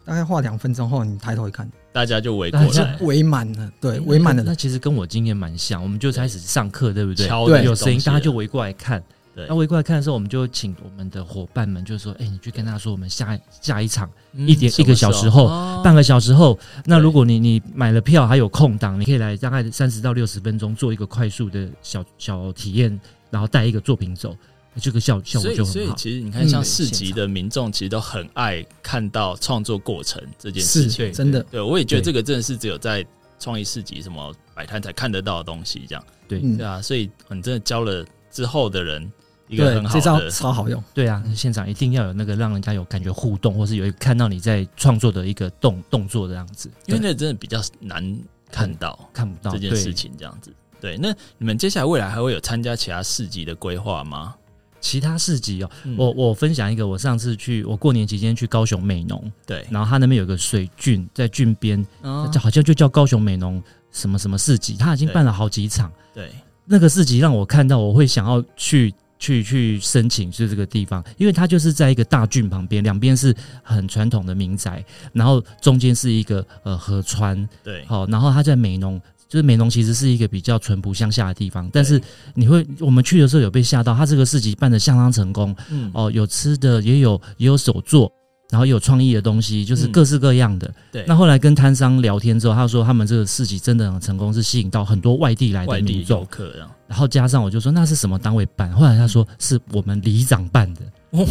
[SPEAKER 2] 大概画两分钟后，你抬头一看，
[SPEAKER 1] 大家就围过
[SPEAKER 3] 大
[SPEAKER 1] 来
[SPEAKER 3] 家，
[SPEAKER 2] 围满了，对，
[SPEAKER 1] 嗯
[SPEAKER 3] 诶
[SPEAKER 2] 围满了
[SPEAKER 3] 那
[SPEAKER 2] 人。
[SPEAKER 3] 其实跟我经验蛮像，我们就开始上课，对不对？
[SPEAKER 1] 敲那
[SPEAKER 2] 对
[SPEAKER 1] 个
[SPEAKER 3] 有声音，
[SPEAKER 1] 东西
[SPEAKER 3] 大家就
[SPEAKER 1] 了
[SPEAKER 3] 围过来看。
[SPEAKER 1] 对
[SPEAKER 3] 那围过来看的时候，我们就请我们的伙伴们，就是说，哎、你去跟他说，我们下下一场
[SPEAKER 1] 嗯
[SPEAKER 3] 一点
[SPEAKER 1] 什么
[SPEAKER 3] 一个小时后
[SPEAKER 1] 哦
[SPEAKER 3] 半个小时后，那
[SPEAKER 1] 对
[SPEAKER 3] 如果你你买了票还有空档，你可以来大概三十到六十分钟做一个快速的小小体验，然后带一个作品走，这个效效
[SPEAKER 1] 所
[SPEAKER 3] 果
[SPEAKER 1] 以，
[SPEAKER 3] 就
[SPEAKER 1] 所
[SPEAKER 3] 很
[SPEAKER 1] 以
[SPEAKER 3] 好。
[SPEAKER 1] 其实你看，像
[SPEAKER 2] 嗯
[SPEAKER 1] 市集的民众其实都很爱看到创作过程这件事
[SPEAKER 2] 是
[SPEAKER 1] 情。
[SPEAKER 3] 对
[SPEAKER 2] 真的，
[SPEAKER 1] 对，我也觉得
[SPEAKER 3] 对
[SPEAKER 1] 这个真的是只有在创意市集什么摆摊才看得到的东西，这样
[SPEAKER 3] 对
[SPEAKER 2] 嗯
[SPEAKER 1] 对，啊。所以你真的教了之后的人一个
[SPEAKER 2] 对
[SPEAKER 1] 很，好
[SPEAKER 2] 这招
[SPEAKER 1] 的，
[SPEAKER 3] (laughs)
[SPEAKER 2] 超好用。
[SPEAKER 3] 对啊，现场一定要有那个让人家有感觉互动，或是有一看到你在创作的一个动动作的样子，
[SPEAKER 1] 因为那真的比较难看到
[SPEAKER 3] 看不到
[SPEAKER 1] 这件
[SPEAKER 3] 对
[SPEAKER 1] 事情这样子。对，那你们接下来未来还会有参加其他市集的规划吗？
[SPEAKER 3] 其他市集哦，
[SPEAKER 1] 嗯
[SPEAKER 3] 我我分享一个，我上次去，我过年期间去高雄美浓，
[SPEAKER 1] 对
[SPEAKER 3] 然后它那边有个水郡，在郡边，
[SPEAKER 1] 哦
[SPEAKER 2] 啊
[SPEAKER 3] 好像就叫高雄美浓什么什么市集，它已经办了好几场。
[SPEAKER 1] 对
[SPEAKER 3] 那个市集让我看到，我会想要去去去申请去这个地方，因为它就是在一个大郡旁边，两边是很传统的民宅，然后中间是一个呃河川，
[SPEAKER 1] 对
[SPEAKER 3] 好，然后它在美浓，就是美浓其实是一个比较淳朴乡下的地方，但是你会我们去的时候有被吓到，它这个市集办的相当成功
[SPEAKER 1] 嗯
[SPEAKER 3] 哦，有吃的也有也有手作。然后有创意的东西，就是
[SPEAKER 1] 嗯
[SPEAKER 3] 各式各样的。
[SPEAKER 1] 对，
[SPEAKER 3] 那后来跟摊商聊天之后，他说他们这个市集真的很成功，是吸引到很多外地来
[SPEAKER 1] 外
[SPEAKER 3] 的
[SPEAKER 1] 地
[SPEAKER 3] 民众
[SPEAKER 1] 游。客这样，
[SPEAKER 3] 然后加上我就说那是什么单位办？后来他说是我们里长办的。我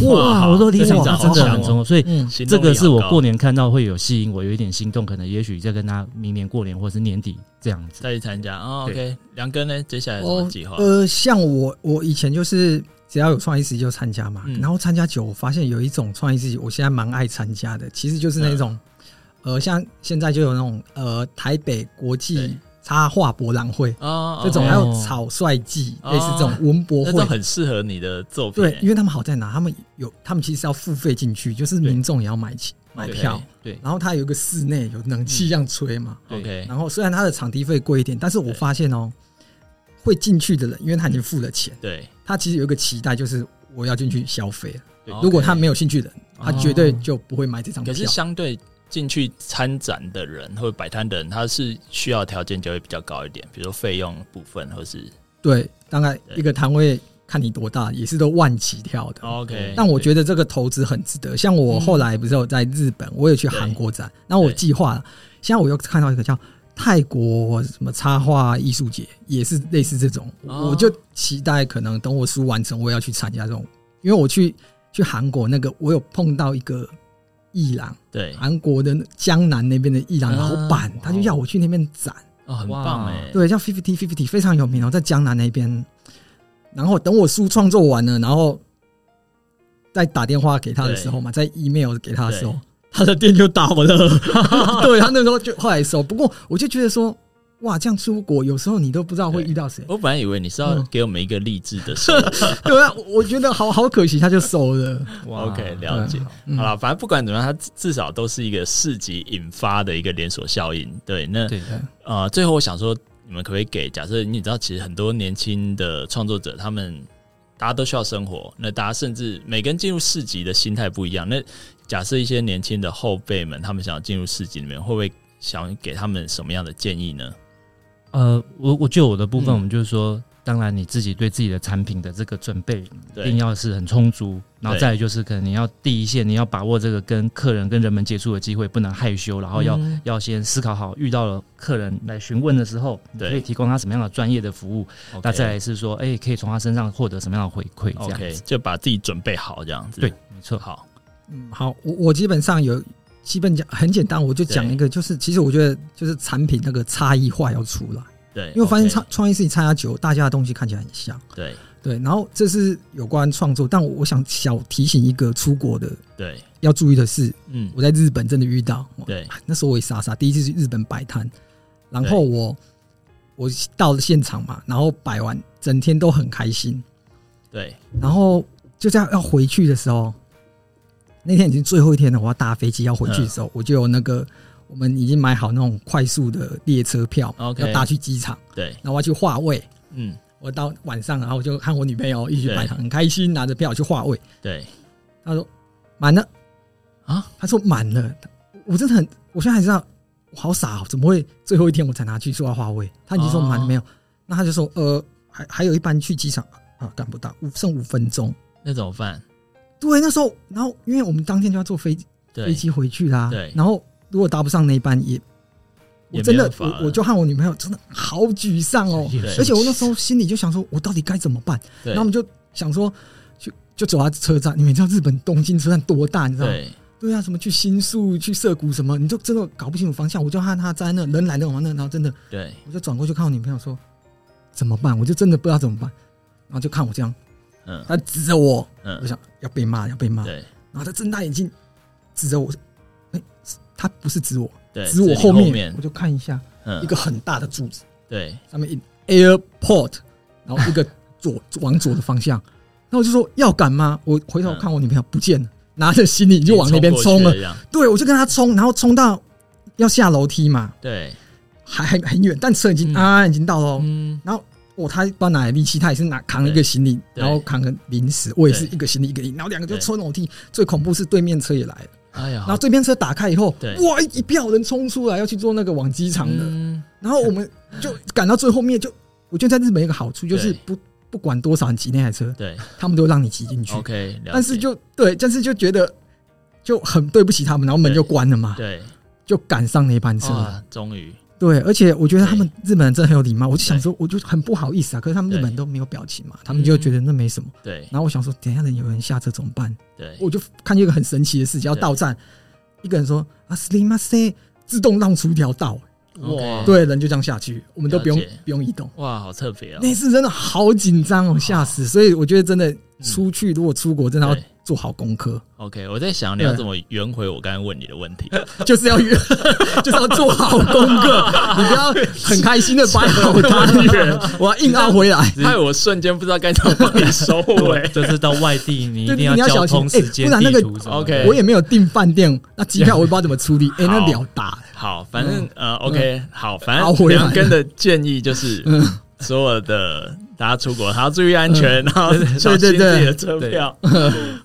[SPEAKER 3] 说里
[SPEAKER 1] 这
[SPEAKER 3] 长
[SPEAKER 1] 里
[SPEAKER 3] 他
[SPEAKER 1] 长
[SPEAKER 3] 真的
[SPEAKER 1] 好
[SPEAKER 3] 很
[SPEAKER 1] 强
[SPEAKER 3] 成
[SPEAKER 1] 哦
[SPEAKER 3] 功，所以
[SPEAKER 2] 嗯，
[SPEAKER 1] 行
[SPEAKER 3] 这
[SPEAKER 1] 动力
[SPEAKER 3] 个是我
[SPEAKER 1] 好高
[SPEAKER 3] 过年看到会有吸引我，有一点心动，可能也许再跟他明年过年或是年底这样子。
[SPEAKER 1] 再去参加啊、哦 OK，
[SPEAKER 3] 对
[SPEAKER 1] 梁哥呢？接下来有什么计划？
[SPEAKER 2] 呃，像我我以前就是只要有创意市集就参加嘛，
[SPEAKER 1] 嗯
[SPEAKER 2] 然后参加久，我发现有一种创意市集，我现在蛮爱参加的，其实就是那种，
[SPEAKER 1] 嗯
[SPEAKER 2] 呃，像现在就有那种呃台北国
[SPEAKER 1] 对
[SPEAKER 2] 际插画博览会。
[SPEAKER 1] 啊
[SPEAKER 2] 这种
[SPEAKER 1] 哦
[SPEAKER 2] 还有草率季，
[SPEAKER 1] 哦
[SPEAKER 2] 类似这种文博
[SPEAKER 1] 那
[SPEAKER 2] 会
[SPEAKER 1] 都，很适合你的作品欸、
[SPEAKER 2] 对，因为他们好在哪？他们有，他们其实要付费进去，就是民众也要买起买
[SPEAKER 1] 对
[SPEAKER 2] 票，
[SPEAKER 3] 对
[SPEAKER 2] 然后它有一个室内有冷气这样吹嘛。
[SPEAKER 3] 对
[SPEAKER 1] OK，
[SPEAKER 2] 然后虽然它的场地费贵一点，但是我
[SPEAKER 1] 对
[SPEAKER 2] 发现哦，会进去的人，因为他已经付了钱，
[SPEAKER 1] 对，
[SPEAKER 2] 他其实有一个期待，就是我要进去消费了。
[SPEAKER 3] 对
[SPEAKER 1] OK
[SPEAKER 2] 如果他没有兴趣的，他绝对
[SPEAKER 3] 哦
[SPEAKER 2] 就不会买这张
[SPEAKER 1] 哦可是
[SPEAKER 2] 票。
[SPEAKER 1] 相对进去参展的人或者摆摊的人，他是需要条件就会比较高一点，比如说费用部分或是
[SPEAKER 2] 对，大概
[SPEAKER 1] 对
[SPEAKER 2] 一个摊位看你多大，也是都万起跳的。
[SPEAKER 1] OK
[SPEAKER 2] 但我觉得这个投资很值得。像我后来不是有在日本，我有去韩国展，那我计划了。现在我又看到一个叫泰国什么插画艺术节，也是类似这种，
[SPEAKER 1] 哦
[SPEAKER 2] 我就期待可能等我书完成，我也要去参加这种。因为我去去韩国那个，我有碰到一个艺廊，
[SPEAKER 1] 对
[SPEAKER 2] 韩国的江南那边的艺廊
[SPEAKER 1] 啊
[SPEAKER 2] 老板，他就要我去那边展。
[SPEAKER 1] 哦，很棒
[SPEAKER 3] 哇
[SPEAKER 1] 哎、
[SPEAKER 2] 对，叫 Fifty Fifty，非常有名哦，在江南那边。然后等我书创作完了，然后再打电话给他的时候嘛，在 email 给他的时候
[SPEAKER 1] 对，
[SPEAKER 2] 他的店就倒
[SPEAKER 1] (laughs)
[SPEAKER 2] 了。对他那时候就后来收，不过我就觉得说，哇，这样出国有时候你都不知道会遇到谁。
[SPEAKER 1] 我本来以为你是要
[SPEAKER 2] 嗯
[SPEAKER 1] 给我们一个励志的事、
[SPEAKER 2] 对啊，我我觉得好好可惜，他就收了。
[SPEAKER 3] 哇
[SPEAKER 1] OK，了解。
[SPEAKER 2] 嗯
[SPEAKER 1] 好了，反正不管怎么样，它至至少都是一个市集引发的一个连锁效应。对，那
[SPEAKER 3] 对，
[SPEAKER 1] 呃，最后我想说，你们可不可以给？假设你知道，其实很多年轻的创作者，他们大家都需要生活，那大家甚至每个人进入市集的心态不一样。那假设一些年轻的后辈们，他们想要进入市集里面，会不会想给他们什么样的建议呢？
[SPEAKER 3] 呃，我我就我的部分，
[SPEAKER 1] 嗯
[SPEAKER 3] 我们就是说，当然你自己对自己的产品的这个准备一定
[SPEAKER 1] 对，
[SPEAKER 3] 要是很充足，然后
[SPEAKER 1] 对
[SPEAKER 3] 再来就是可能你要第一线，你要把握这个跟客人跟人们接触的机会，不能害羞，然后要、
[SPEAKER 1] 嗯
[SPEAKER 3] 要先思考好，遇到了客人来询问的时候，你
[SPEAKER 1] 对
[SPEAKER 3] 可以提供他什么样的专业的服务，
[SPEAKER 1] OK
[SPEAKER 3] 那再来是说，哎、可以从他身上获得什么样的回馈，这样
[SPEAKER 1] OK，
[SPEAKER 3] 子。
[SPEAKER 1] 就把自己准备好这样子。
[SPEAKER 3] 对，，没错。。
[SPEAKER 1] 好，
[SPEAKER 2] 嗯，好，我我基本上有基本讲很简单，我就讲一个，就是其实我觉得就是产品那个差异化要出来，
[SPEAKER 1] 对，
[SPEAKER 2] 因为我发现
[SPEAKER 1] OK，
[SPEAKER 2] 创创意是你参加久，大家的东西看起来很像，
[SPEAKER 1] 对
[SPEAKER 2] 对。然后这是有关创作，但我我想小提醒一个出国的
[SPEAKER 1] 对，
[SPEAKER 2] 要注意的是，
[SPEAKER 1] 嗯，
[SPEAKER 2] 我在日本真的遇到，哦
[SPEAKER 1] 对，
[SPEAKER 2] 那时候我也傻傻，第一次去日本摆摊，然后我我到了现场嘛，然后摆完整天都很开心，
[SPEAKER 1] 对，
[SPEAKER 2] 然后就这样要回去的时候，那天已经最后一天了，我要搭飞机要回去的
[SPEAKER 1] 嗯
[SPEAKER 2] 时候，我就有那个我们已经买好那种快速的列车票
[SPEAKER 1] OK
[SPEAKER 2] 要搭去机场，
[SPEAKER 1] 对，
[SPEAKER 2] 然后我要去化位。
[SPEAKER 1] 嗯，
[SPEAKER 2] 我到晚上，然后我就和我女朋友一起
[SPEAKER 1] 对
[SPEAKER 2] 摆摊，很开心，拿着票去化位。
[SPEAKER 1] 对，
[SPEAKER 2] 她说满了
[SPEAKER 1] 啊，
[SPEAKER 2] 她说满了，我真的很，我现在还知道，我好傻、哦，怎么会最后一天我才拿去做化位？她已经说
[SPEAKER 1] 哦
[SPEAKER 2] 满了没有？那她就说呃，还还有一班去机场啊，赶不到，五剩五分钟。
[SPEAKER 1] 那怎么办？
[SPEAKER 2] 对，那时候，然后因为我们当天就要坐飞
[SPEAKER 1] 对
[SPEAKER 2] 飞，机回去啦，
[SPEAKER 1] 对
[SPEAKER 2] 然后如果搭不上那一班也，
[SPEAKER 1] 也
[SPEAKER 2] 我真
[SPEAKER 1] 没
[SPEAKER 2] 的
[SPEAKER 1] 办，法了
[SPEAKER 2] 我我就和我女朋友真的好沮丧哦，
[SPEAKER 1] 对
[SPEAKER 2] 而且我那时候心里就想说，我到底该怎么办？
[SPEAKER 1] 对
[SPEAKER 2] 然后我们就想说，就就走到车站，你们知道日本东京车站多大，你知道吗？
[SPEAKER 1] 对
[SPEAKER 2] 对啊，什么去新宿、去涩谷什么，你就真的搞不清楚方向。我就和他站在那，人来人往那，然后真的
[SPEAKER 1] 对，
[SPEAKER 2] 我就转过去看我女朋友说怎么办？我就真的不知道怎么办，然后就看我这样，
[SPEAKER 1] 嗯
[SPEAKER 2] 他指着我，我
[SPEAKER 1] 嗯，
[SPEAKER 2] 想啊要被骂，要被骂。
[SPEAKER 1] 对
[SPEAKER 2] 然后他睁大眼睛指着我，哎、是他不是指我，
[SPEAKER 1] 对，
[SPEAKER 2] 指我
[SPEAKER 1] 你后
[SPEAKER 2] 面，我就看一下、
[SPEAKER 1] 嗯
[SPEAKER 2] 一，个很大的柱子，
[SPEAKER 1] 对
[SPEAKER 2] 上面一 airport，然后一个左往左的方向， (laughs) 那我就说要赶吗？我回头看我女朋友不见了，拿着行李就往那边冲了，
[SPEAKER 1] 这样，
[SPEAKER 2] 对我就跟他冲，然后冲到要下楼梯嘛，
[SPEAKER 1] 对，
[SPEAKER 2] 还还很远，但车已经、
[SPEAKER 1] 嗯
[SPEAKER 2] 啊已经到喽。
[SPEAKER 1] 嗯，
[SPEAKER 2] 哦，他不知道哪来力气，他也是拿扛了一个行李，
[SPEAKER 1] 对
[SPEAKER 2] 然后扛个零食，我也是
[SPEAKER 1] 对
[SPEAKER 2] 一个行李一个零，然后两个就
[SPEAKER 1] 对
[SPEAKER 2] 冲楼梯。最恐怖是对面车也来了。
[SPEAKER 1] 哎呀，
[SPEAKER 2] 然后这边车打开以后
[SPEAKER 1] 对，
[SPEAKER 2] 哇，一票人冲出来要去做那个往机场的，
[SPEAKER 1] 嗯
[SPEAKER 2] 然后我们就赶到最后面就，我觉得在日本有一个好处就是
[SPEAKER 1] 对
[SPEAKER 2] 不不管多少人挤那台车，
[SPEAKER 1] 对
[SPEAKER 2] 他们都让你挤进去，
[SPEAKER 1] ，OK，了解
[SPEAKER 2] 但是就对，但是就觉得就很对不起他们，然后门
[SPEAKER 1] 对
[SPEAKER 2] 就关了嘛，
[SPEAKER 1] 对
[SPEAKER 2] 就赶上那班车了。
[SPEAKER 1] 啊，终于
[SPEAKER 2] 对，而且我觉得他们日本人真的很有礼貌，我就想说，我就很不好意思啊，可是他们日
[SPEAKER 1] 对
[SPEAKER 2] 本人都没有表情嘛，他们
[SPEAKER 1] 嗯
[SPEAKER 2] 就觉得那没什么。
[SPEAKER 1] 对
[SPEAKER 2] 然后我想说，等一下人有人下车怎么办？
[SPEAKER 1] 对
[SPEAKER 2] 我就看见一个很神奇的事情，要
[SPEAKER 1] 对
[SPEAKER 2] 到站，一个人说啊 s l i m a s 自动让出一条道，
[SPEAKER 1] 哇
[SPEAKER 2] 对，人就这样下去，我们都不用
[SPEAKER 1] 了解
[SPEAKER 2] 不用移动。
[SPEAKER 1] 哇，好特别哦，
[SPEAKER 2] 那次真的好紧张哦，吓死！所以我觉得真的出去，如果出国，真的要
[SPEAKER 1] 对
[SPEAKER 2] 做好功课，
[SPEAKER 1] OK，我在想你要
[SPEAKER 2] 对
[SPEAKER 1] 怎么圆回我刚才问你的问题。
[SPEAKER 2] (laughs) 就是要就是要做好功课，你不要很开心的摆好单元，我要硬凹回来。
[SPEAKER 1] 害我瞬间不知道该怎么帮你收尾
[SPEAKER 2] (laughs)
[SPEAKER 3] 就是到外地，你一
[SPEAKER 2] 对
[SPEAKER 3] 定
[SPEAKER 2] 你要小
[SPEAKER 3] 交
[SPEAKER 2] 心
[SPEAKER 3] 通
[SPEAKER 2] 哎
[SPEAKER 3] 时间、
[SPEAKER 2] 不然那个
[SPEAKER 3] 地图什么的
[SPEAKER 1] OK 对
[SPEAKER 2] 我也没有订饭店，那机票我也不知道怎么处理，哎，那
[SPEAKER 1] 好
[SPEAKER 2] 了打，
[SPEAKER 1] 好，反正、呃，OK，好，反
[SPEAKER 2] 嗯好嗯
[SPEAKER 1] 正
[SPEAKER 2] 回来
[SPEAKER 1] 梁根的建议就是，所有的大家出国还要注意安全，
[SPEAKER 2] 嗯
[SPEAKER 1] 然后小心自己的车票。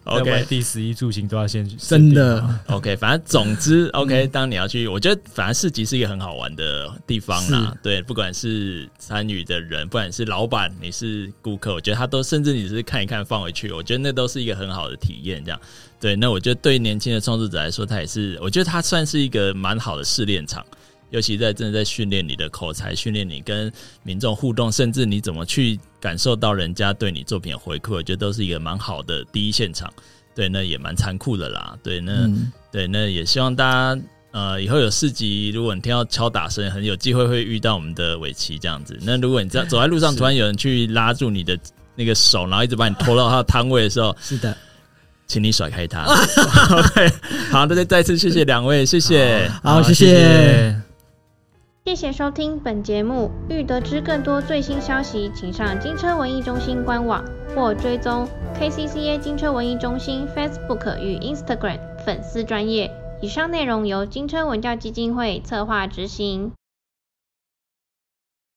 [SPEAKER 3] 在外
[SPEAKER 1] OK
[SPEAKER 3] 地十一住行都要先去
[SPEAKER 2] 真
[SPEAKER 3] 设定好
[SPEAKER 2] 的，
[SPEAKER 1] (laughs) OK，反正总之 OK，当你要去，我觉得反正市集是一个很好玩的地方啦。对，不管是参与的人，不管是老板，你是顾客，我觉得他都甚至你只是看一看放回去，我觉得那都是一个很好的体验。这样，对，那我觉得对年轻的创作者来说，他也是，我觉得他算是一个蛮好的试炼场。尤其在真的在训练你的口才，训练你跟民众互动，甚至你怎么去感受到人家对你作品的回馈，我觉得都是一个蛮好的第一现场。对，那也蛮残酷的啦。对，那、
[SPEAKER 2] 嗯，
[SPEAKER 1] 对，那也希望大家呃以后有市集，如果你听到敲打声，很有机会会遇到我们的尾崎这样子。那如果你在走在路上，突然有人去拉住你的那个手，然后一直把你拖到他的摊位的时候，
[SPEAKER 2] 是的，
[SPEAKER 1] 请你甩开他。OK，好，那就再次谢谢两位，谢谢。
[SPEAKER 2] 好，谢谢。。
[SPEAKER 4] 谢谢收听本节目。欲得知更多最新消息，请上金车文艺中心官网或追踪 KCCA 金车文艺中心 Facebook 与 Instagram 粉丝专业。以上内容由金车文教基金会策划执行。